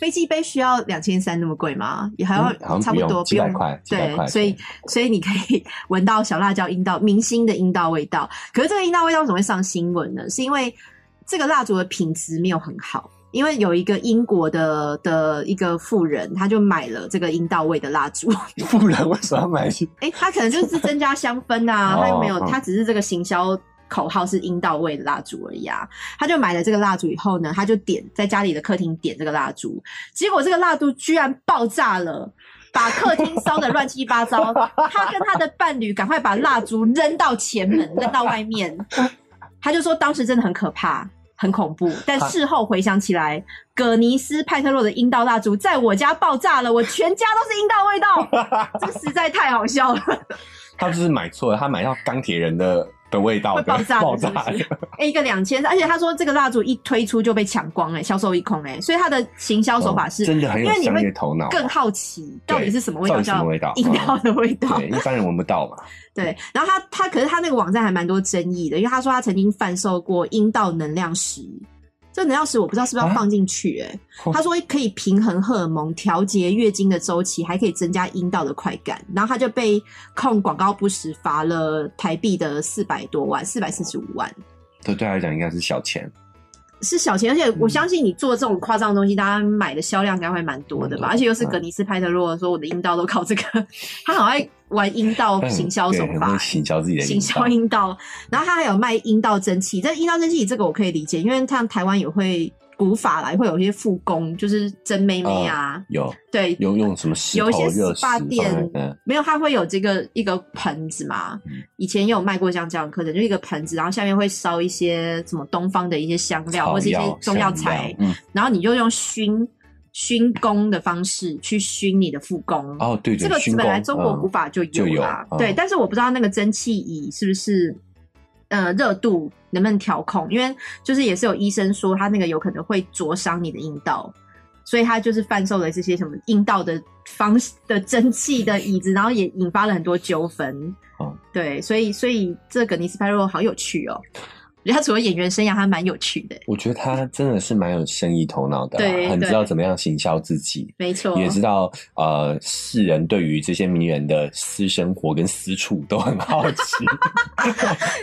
Speaker 2: 飞机杯需要两千三那么贵吗？也还要、
Speaker 1: 嗯好
Speaker 2: 差
Speaker 1: 像不
Speaker 2: 不
Speaker 1: 用
Speaker 2: 多，
Speaker 1: 几百块几百
Speaker 2: 对，
Speaker 1: 块
Speaker 2: 所 以所以你可以闻到小辣椒阴道 明星的阴道味道。可是这个阴道味道为什么会上新闻呢？是因为这个蜡烛的品质没有很好。因为有一个英国的的一个富人，他就买了这个阴道味的蜡烛，
Speaker 1: 富人为什么要买去？
Speaker 2: 哎，他可能就是增加香氛啊，
Speaker 1: 哦
Speaker 2: 他又没有，
Speaker 1: 嗯
Speaker 2: 他只是这个行销口号是阴道味的蜡烛而已啊。他就买了这个蜡烛以后呢，他就点在家里的客厅点这个蜡烛，结果这个蜡烛居然爆炸了。把客厅烧得乱七八糟，他跟他的伴侣赶快把蜡烛扔到前门，扔到外面。他就说当时真的很可怕，很恐怖，但事后回想起来，葛尼斯派特洛的阴道蜡烛在我家爆炸了，我全家都是阴道味道， 这实在太好笑 了。
Speaker 1: 他就是买错了，他买到钢铁人的的味道的，
Speaker 2: 会爆炸的
Speaker 1: 爆炸
Speaker 2: 是不是
Speaker 1: 的
Speaker 2: 哎、一个两千，而且他说这个蜡烛一推出就被抢光、哎，销售一空、哎，所以他的行销手法是、
Speaker 1: 哦真的很有
Speaker 2: 因为你
Speaker 1: 商业
Speaker 2: 会
Speaker 1: 头脑啊，
Speaker 2: 更好奇到底是什么味
Speaker 1: 到
Speaker 2: 道
Speaker 1: 底什
Speaker 2: 叫
Speaker 1: 么味道？嗯
Speaker 2: 阴道的味道。
Speaker 1: 对，一般人闻不到嘛。
Speaker 2: 对，然后他他可是他那个网站还蛮多争议的，因为他说他曾经贩售过阴道能量石，这能量石我不知道是不是要
Speaker 1: 啊
Speaker 2: 放进去、哎、
Speaker 1: 哦
Speaker 2: 他说可以平衡荷尔蒙、调节月经的周期，还可以增加阴道的快感，然后他就被控广告不实罚了台币的四百多万，四百四十五万。
Speaker 1: 对对他来讲应该是小钱，
Speaker 2: 是小钱，而且我相信你做这种夸张的东西，大家买的销量应该会蛮多的吧？
Speaker 1: 嗯
Speaker 2: 而且又是葛尼斯派特洛说我的阴道都靠这个， 他好爱玩阴道
Speaker 1: 但
Speaker 2: 哦行销手
Speaker 1: 对很
Speaker 2: 法
Speaker 1: 会，行销自己的
Speaker 2: 行销
Speaker 1: 阴
Speaker 2: 阴道，然后他还有卖阴道蒸汽，但阴道蒸汽这个我可以理解，因为像台湾也会古法来，会有一些复工，就是蒸妹妹啊
Speaker 1: 道，有
Speaker 2: 对，
Speaker 1: 有用什么石
Speaker 2: 有一些
Speaker 1: 头热
Speaker 2: SPA
Speaker 1: 石放在
Speaker 2: 店
Speaker 1: 嗯
Speaker 2: 没有，它会有这个一个盆子嘛
Speaker 1: 嗯。
Speaker 2: 以前也有卖过像这样的课程，就一个盆子，然后下面会烧一些什么东方的一些香料
Speaker 1: 草
Speaker 2: 或是一些
Speaker 1: 药
Speaker 2: 中药
Speaker 1: 香
Speaker 2: 材
Speaker 1: 料，嗯，
Speaker 2: 然后你就用熏熏功的方式去熏你的腹功。
Speaker 1: 哦对
Speaker 2: 这
Speaker 1: 对，
Speaker 2: 个
Speaker 1: 熏
Speaker 2: 本来
Speaker 1: 功
Speaker 2: 中国
Speaker 1: 嗯
Speaker 2: 古法就
Speaker 1: 就有
Speaker 2: 啦，
Speaker 1: 嗯
Speaker 2: 对，但是我不知道那个蒸汽仪是不是呃热度能不能调控，因为就是也是有医生说他那个有可能会灼伤你的阴道，所以他就是贩售了这些什么阴道的方的蒸汽的椅子，然后也引发了很多纠纷。
Speaker 1: 嗯
Speaker 2: 对，所以所以这个尼斯派洛好有趣哦，我觉得他除了演员生涯，他蛮有趣的，
Speaker 1: 我觉得他真的是蛮有生意头脑的啦，
Speaker 2: 对
Speaker 1: 很
Speaker 2: 对
Speaker 1: 知道怎么样行销自己，
Speaker 2: 没错，
Speaker 1: 也知道呃世人对于这些名人的私生活跟私处都很好 奇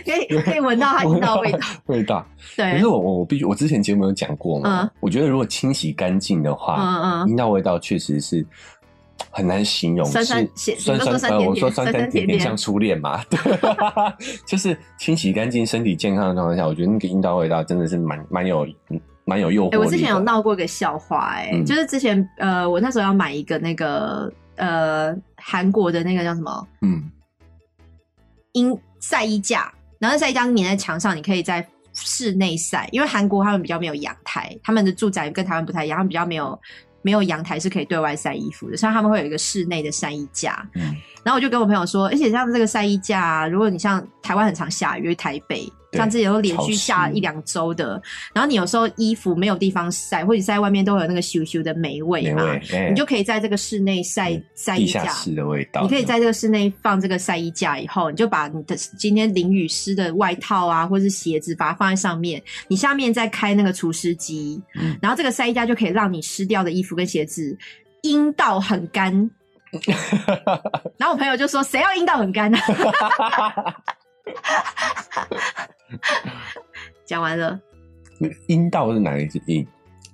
Speaker 2: 可以可以闻到他阴道味道，
Speaker 1: 味道。可
Speaker 2: 对
Speaker 1: 是，我我我必须，我之前节目有讲过嘛，
Speaker 2: 嗯
Speaker 1: 我觉得如果清洗干净的话，
Speaker 2: 嗯嗯。
Speaker 1: 阴道味道确实是。很难形容，
Speaker 2: 酸酸
Speaker 1: 是
Speaker 2: 咸
Speaker 1: 酸
Speaker 2: 你都说
Speaker 1: 酸
Speaker 2: 酸
Speaker 1: 呃，
Speaker 2: 甜
Speaker 1: 我
Speaker 2: 甜
Speaker 1: 说酸
Speaker 2: 酸
Speaker 1: 酸
Speaker 2: 酸甜
Speaker 1: 甜
Speaker 2: 甜
Speaker 1: 甜像初恋嘛， 对，就是清洗干净、身体健康的状况下，我觉得那个阴道味道真的是蛮蛮有蛮有诱惑力
Speaker 2: 哎、
Speaker 1: 的。
Speaker 2: 我之前有闹过一个笑话、哎、
Speaker 1: 嗯
Speaker 2: 就是之前呃，我那时候要买一个那个呃韩国的那个叫什么
Speaker 1: 嗯，
Speaker 2: 阴晒衣架，然后那晒衣架粘在墙上，你可以在室内晒，因为韩国他们比较没有阳台，他们的住宅跟台湾不太一样，他们比较没有没有阳台是可以对外晒衣服的，所以他们会有一个室内的晒衣架。
Speaker 1: 嗯
Speaker 2: 然后我就跟我朋友说，而且像这个晒衣架、啊，如果你像台湾很常下雨，因为台北
Speaker 1: 对
Speaker 2: 像之前都连
Speaker 1: 潮
Speaker 2: 续
Speaker 1: 湿
Speaker 2: 下一两周的，然后你有时候衣服没有地方晒，或者晒在外面都会有那个咻咻的霉味
Speaker 1: 美
Speaker 2: 嘛，
Speaker 1: 味，哎
Speaker 2: 你就可以在这个室内晒
Speaker 1: 嗯
Speaker 2: 晒衣
Speaker 1: 地下
Speaker 2: 架。
Speaker 1: 室的味道，
Speaker 2: 你可以在这个室内放这个晒衣架，以后你就把你的今天淋雨湿的外套啊，或是鞋子，把它放在上面。你下面再开那个除湿机，
Speaker 1: 嗯
Speaker 2: 然后这个晒衣架就可以让你湿掉的衣服跟鞋子阴道很干。然后我朋友就说：“谁要阴道很干 啊？”讲完了，
Speaker 1: 阴道是哪一只阴？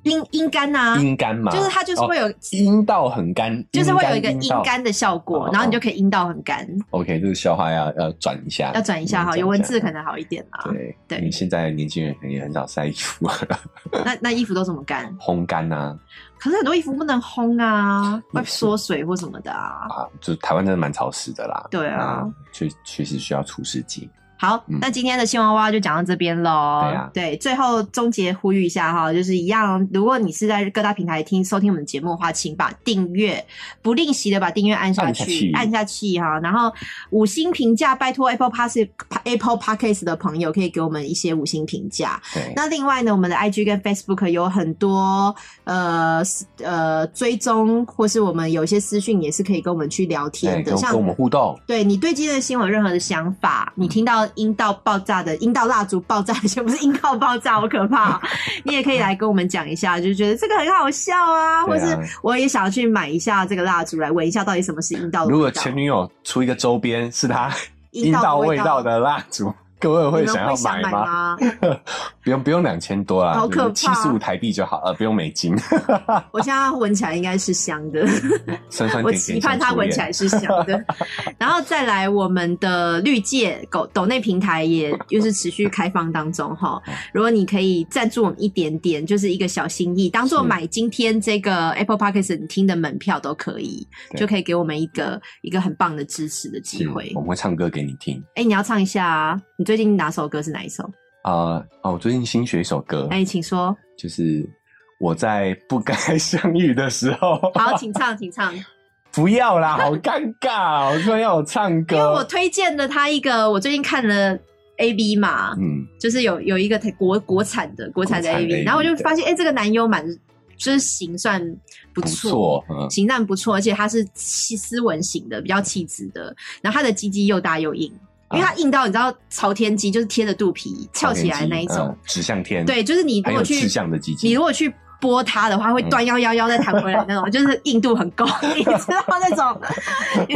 Speaker 2: 阴阴干呐，
Speaker 1: 阴干嘛，
Speaker 2: 啊就是它就是会有
Speaker 1: 哦阴道很干，
Speaker 2: 就是会有一个
Speaker 1: 阴
Speaker 2: 阴
Speaker 1: 道。
Speaker 2: 干的效果
Speaker 1: 哦，
Speaker 2: 然后你就可以阴道很干。
Speaker 1: OK，这个笑话要要转一下，
Speaker 2: 要转一下哈，
Speaker 1: 嗯
Speaker 2: 有文字可。能好一点啦
Speaker 1: 转。一下对，
Speaker 2: 对
Speaker 1: 因为现在年轻人可能也很少晒衣服，
Speaker 2: 那那衣服都怎么干？
Speaker 1: 烘干啊呐
Speaker 2: 可是很多衣服不能烘啊，
Speaker 1: 也
Speaker 2: 会
Speaker 1: 是
Speaker 2: 缩水或什么的啊。
Speaker 1: 啊，就台湾真的蛮潮湿的啦。
Speaker 2: 对啊
Speaker 1: 那确确实需要除湿机。
Speaker 2: 好，
Speaker 1: 嗯
Speaker 2: 那今天的新娃娃就讲到这边喽。
Speaker 1: 对啊
Speaker 2: 最后终结呼吁一下哈，就是一样，如果你是在各大平台听收听我们节目的话，请把订阅不吝惜的把订阅按下去，
Speaker 1: 按
Speaker 2: 按
Speaker 1: 下
Speaker 2: 下去哈。然后五星评价，拜托 Apple Pass Apple Podcast 的朋友可以给我们一些五星评价。
Speaker 1: 对，
Speaker 2: 那另外呢，我们的 IG 跟 Facebook 有很多呃私呃追踪，或是我们有一些私讯也是可以跟我们去聊
Speaker 1: 对，
Speaker 2: 天的，
Speaker 1: 跟跟我
Speaker 2: 像。
Speaker 1: 们互动。
Speaker 2: 对你对今天的新闻有任何的想法，你听到阴道爆炸的阴道蜡烛爆炸的新闻，不是阴道爆炸，好可 怕！你也可以来跟我们讲一下，就是觉得这个很好笑啊，或
Speaker 1: 对
Speaker 2: 是
Speaker 1: 啊
Speaker 2: 我也想要去买一下这个蜡烛来闻一下，到底什么是阴道的
Speaker 1: 如
Speaker 2: 味
Speaker 1: 果
Speaker 2: 道
Speaker 1: 前女友出一个周边是她
Speaker 2: 阴
Speaker 1: 阴
Speaker 2: 道
Speaker 1: 道
Speaker 2: 的味
Speaker 1: 味道的蜡烛， 各位
Speaker 2: 你们
Speaker 1: 会想要
Speaker 2: 想买
Speaker 1: 吗？
Speaker 2: 吗？
Speaker 1: 不用不用两千多啦，
Speaker 2: 好可
Speaker 1: 七
Speaker 2: 怕
Speaker 1: 十五台币就好，呃，不用美金，
Speaker 2: 我现在闻起来应该是香 的。
Speaker 1: 酸酸
Speaker 2: 我
Speaker 1: 甜
Speaker 2: 期
Speaker 1: 甜。
Speaker 2: 盼它闻起来。是香 的。然后再来，我们的绿界狗抖内平台，也就是持续开放当中
Speaker 1: 哦
Speaker 2: 哈。如果你可以赞助我们一点点，就是一个小心意，当做
Speaker 1: 是
Speaker 2: 买今天这个 Apple Podcast 你听的门票都可以，
Speaker 1: 对
Speaker 2: 就可以给我们一个一个很棒的支持的机
Speaker 1: 是
Speaker 2: 会
Speaker 1: 我。们会唱歌给你听
Speaker 2: 哎、你要唱一下啊！你最近哪首歌是哪一首？
Speaker 1: 啊、呃哦，我最近新学一首歌，
Speaker 2: 哎、请说。
Speaker 1: 就是我在不该相遇的时 候。
Speaker 2: 好，请唱，请唱。
Speaker 1: 不要啦，好尴尬哦！说要我唱 歌，
Speaker 2: 因为我推荐了他一个，我最近看了 A V 嘛，
Speaker 1: 嗯，
Speaker 2: 就是有有一个台国国产的国产的
Speaker 1: 国产
Speaker 2: AV，
Speaker 1: AV
Speaker 2: 然后我就发现，哎、这个男优蛮就是型算不
Speaker 1: 不
Speaker 2: 错，
Speaker 1: 错，嗯，
Speaker 2: 形象不错，而且他是气斯文型的，比较气质的，然后他的鸡鸡又大又硬，因为
Speaker 1: 啊
Speaker 2: 他硬到你知道朝天鸡就是贴着肚皮翘起来那一种，
Speaker 1: 嗯指向天，嗯
Speaker 2: 对，就是你如
Speaker 1: 很有
Speaker 2: 果去
Speaker 1: 志向的鸡鸡，嗯
Speaker 2: 你如果去拨它的话，会端腰腰腰再弹回来那种，就是硬度很 够，你知道那种。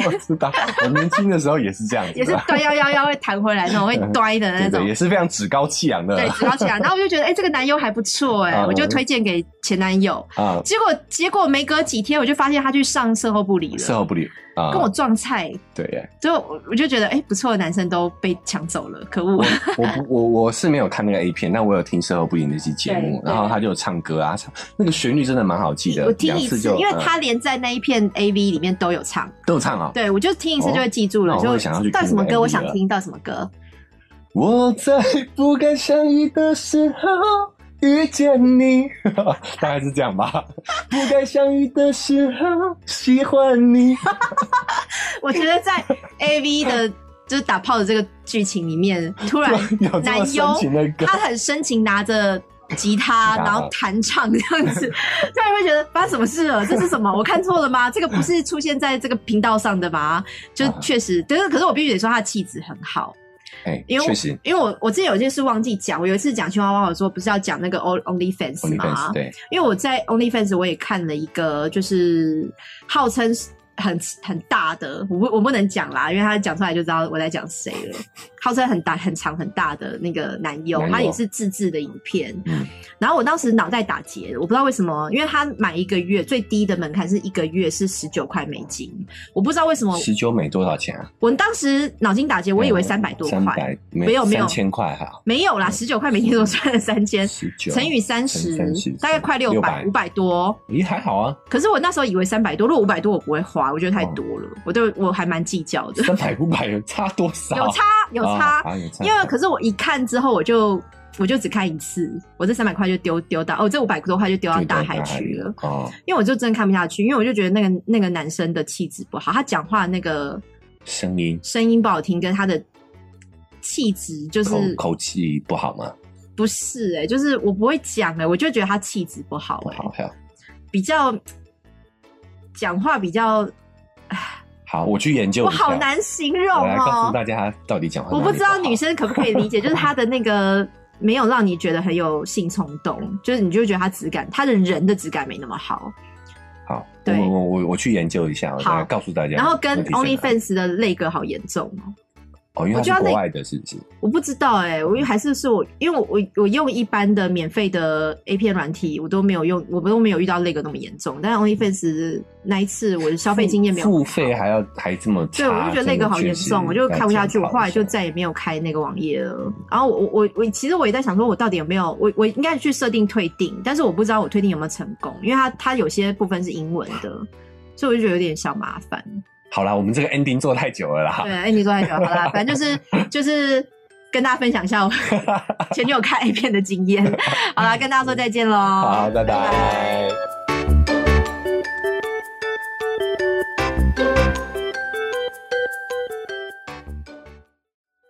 Speaker 1: 我知道，我年轻的时候也是这样子 的，
Speaker 2: 也是端腰腰腰会弹回来那种，会端的那
Speaker 1: 嗯对
Speaker 2: 种
Speaker 1: 对，，也是非常趾高气扬的
Speaker 2: 对，指导起来，然后我就觉得，哎、这个男优还不错、哎、
Speaker 1: 嗯
Speaker 2: 我就推荐给前男友。
Speaker 1: 啊，
Speaker 2: 结果结果没隔几天，我就发现他去上售后部里
Speaker 1: 事
Speaker 2: 了，
Speaker 1: 后不理啊，
Speaker 2: 跟我撞菜，
Speaker 1: 对哎耶，
Speaker 2: 所以我我就觉得，哎、不错的男生都被抢走了，可恶
Speaker 1: 我！我不我我是没有看那个 A 片，但我有听事后不理那期节目，
Speaker 2: 对
Speaker 1: 然后他就有唱歌啊，唱那个旋律真的蛮好记的，
Speaker 2: 我听
Speaker 1: 两
Speaker 2: 一
Speaker 1: 次
Speaker 2: 次
Speaker 1: 就，
Speaker 2: 因为
Speaker 1: 嗯
Speaker 2: 他连在那一片 A V 里面都有唱，
Speaker 1: 都有唱啊，
Speaker 2: 对我就听一次就会记住了，
Speaker 1: 哦那我
Speaker 2: 就
Speaker 1: 会想要去
Speaker 2: 到底
Speaker 1: 听
Speaker 2: 什么
Speaker 1: 那
Speaker 2: 歌
Speaker 1: 个
Speaker 2: 我想
Speaker 1: MV 了
Speaker 2: 听，到底什么歌，
Speaker 1: 我在不该相遇的时候。遇见你，大概是这样吧。不该相遇的时候，喜欢你。
Speaker 2: 我觉得在 A V 的 就是打炮的这个剧情里面，突然
Speaker 1: 有这么
Speaker 2: 男优
Speaker 1: 深情的歌，
Speaker 2: 他很深情拿着吉他，
Speaker 1: 吉他
Speaker 2: 然后弹唱这样子，突然会觉得发生什么事了？这是什么？我看错了吗？这个不是出现在这个频道上的吗？就确实，但是可是我必须得说，他的气质很好。
Speaker 1: 哎，
Speaker 2: 因为我
Speaker 1: 确实
Speaker 2: 因为我我之前有一件事忘记讲，我有一次讲青蛙蛙，我说不是要讲那个 Only Only Fans
Speaker 1: ，OnlyFans
Speaker 2: 吗？
Speaker 1: 对，
Speaker 2: 因为我在 Only Fans 我也看了一个，就是号称很很大的，我不我不能讲啦，因为他讲出来就知道我在讲谁了。号称很大很长很大的那个男友，
Speaker 1: 男友
Speaker 2: 他也是自制的影片。
Speaker 1: 嗯
Speaker 2: 然后我当时脑袋打结，我不知道为什么，因为他买一个月最低的门槛是一个月是十九块美金，我不知道为什么，
Speaker 1: 十九美多少钱啊？嗯
Speaker 2: 我当时脑筋打结，哦我以为三百多
Speaker 1: 三
Speaker 2: 块，
Speaker 1: 百没
Speaker 2: 没有没有
Speaker 1: 三千块哈，
Speaker 2: 没有啦，十九块美金我算了三千，
Speaker 1: 十九
Speaker 2: 乘以三十
Speaker 1: 乘以30，
Speaker 2: 大概快六百
Speaker 1: 600
Speaker 2: 五百多。
Speaker 1: 咦还好啊，
Speaker 2: 可是我那时候以为三百多，如果五百多我不会花，我觉得太
Speaker 1: 哦
Speaker 2: 多了，我对我还蛮计较 的。
Speaker 1: 三百五百有差多少？
Speaker 2: 有差有差，
Speaker 1: 啊，有差，
Speaker 2: 因为可是我一看之后，我就我就只看一次，我这三百块就丢丢到哦，这五百多块就丢到
Speaker 1: 就
Speaker 2: 大海去了，
Speaker 1: 哦，
Speaker 2: 因为我就真的看不下去，因为我就觉得那个那个男生的气质不好，他讲话那个
Speaker 1: 声音
Speaker 2: 声音不好听，跟他的气质就是
Speaker 1: 口口气不好吗？
Speaker 2: 不是哎、就是我不会讲哎、我就觉得他气质不好
Speaker 1: 不
Speaker 2: 哎、
Speaker 1: 好，好，
Speaker 2: 比较讲话比较，唉
Speaker 1: 好，我去研究
Speaker 2: 我
Speaker 1: 一下，
Speaker 2: 好难形容
Speaker 1: 我来告
Speaker 2: 哦
Speaker 1: 诉。大家他到底讲话哪
Speaker 2: 我
Speaker 1: 里好，
Speaker 2: 不知道女生可不可以理解，就是 她的那个没有让你觉得很有性冲动，就是你就会觉得她质感，她的人的质感没那么好。
Speaker 1: 好，我
Speaker 2: 对
Speaker 1: 我我我去研究一下，我
Speaker 2: 好
Speaker 1: 啊来告诉大家问题在哪里，
Speaker 2: 然后跟 OnlyFans 的类格好严重哦，
Speaker 1: 哦，因
Speaker 2: 我
Speaker 1: 为它
Speaker 2: 觉
Speaker 1: 是
Speaker 2: 得
Speaker 1: 国
Speaker 2: 那
Speaker 1: 外的，是不是？
Speaker 2: 我不知道哎、我因为还是是我，因为我我我用一般的免费的 A 片软体，我都没有用，我都没有遇到那个那么严重。但是 OnlyFans 那一次我的消费经验没有
Speaker 1: 付
Speaker 2: 很
Speaker 1: 付
Speaker 2: 好
Speaker 1: 费还要还这么
Speaker 2: 对，
Speaker 1: 差，
Speaker 2: 我就觉得那个好严重，我就看不下去，我后来就
Speaker 1: 在
Speaker 2: 再也没有开那个网页了。然后我我我我其实我也在想说，我到底有没有我我应该去设定退订，但是我不知道我退订有没有成功，因为它它有些部分是英文的，所以我就觉得有点小麻烦。
Speaker 1: 好啦，我们这个 ending 做太久了啦
Speaker 2: 对，。哎、你说太久了好啦，反正就是就是跟大家分享一下我 前女友看 A 片的经验。好啦，跟大家说再见喽，
Speaker 1: 好，
Speaker 2: 拜
Speaker 1: 拜拜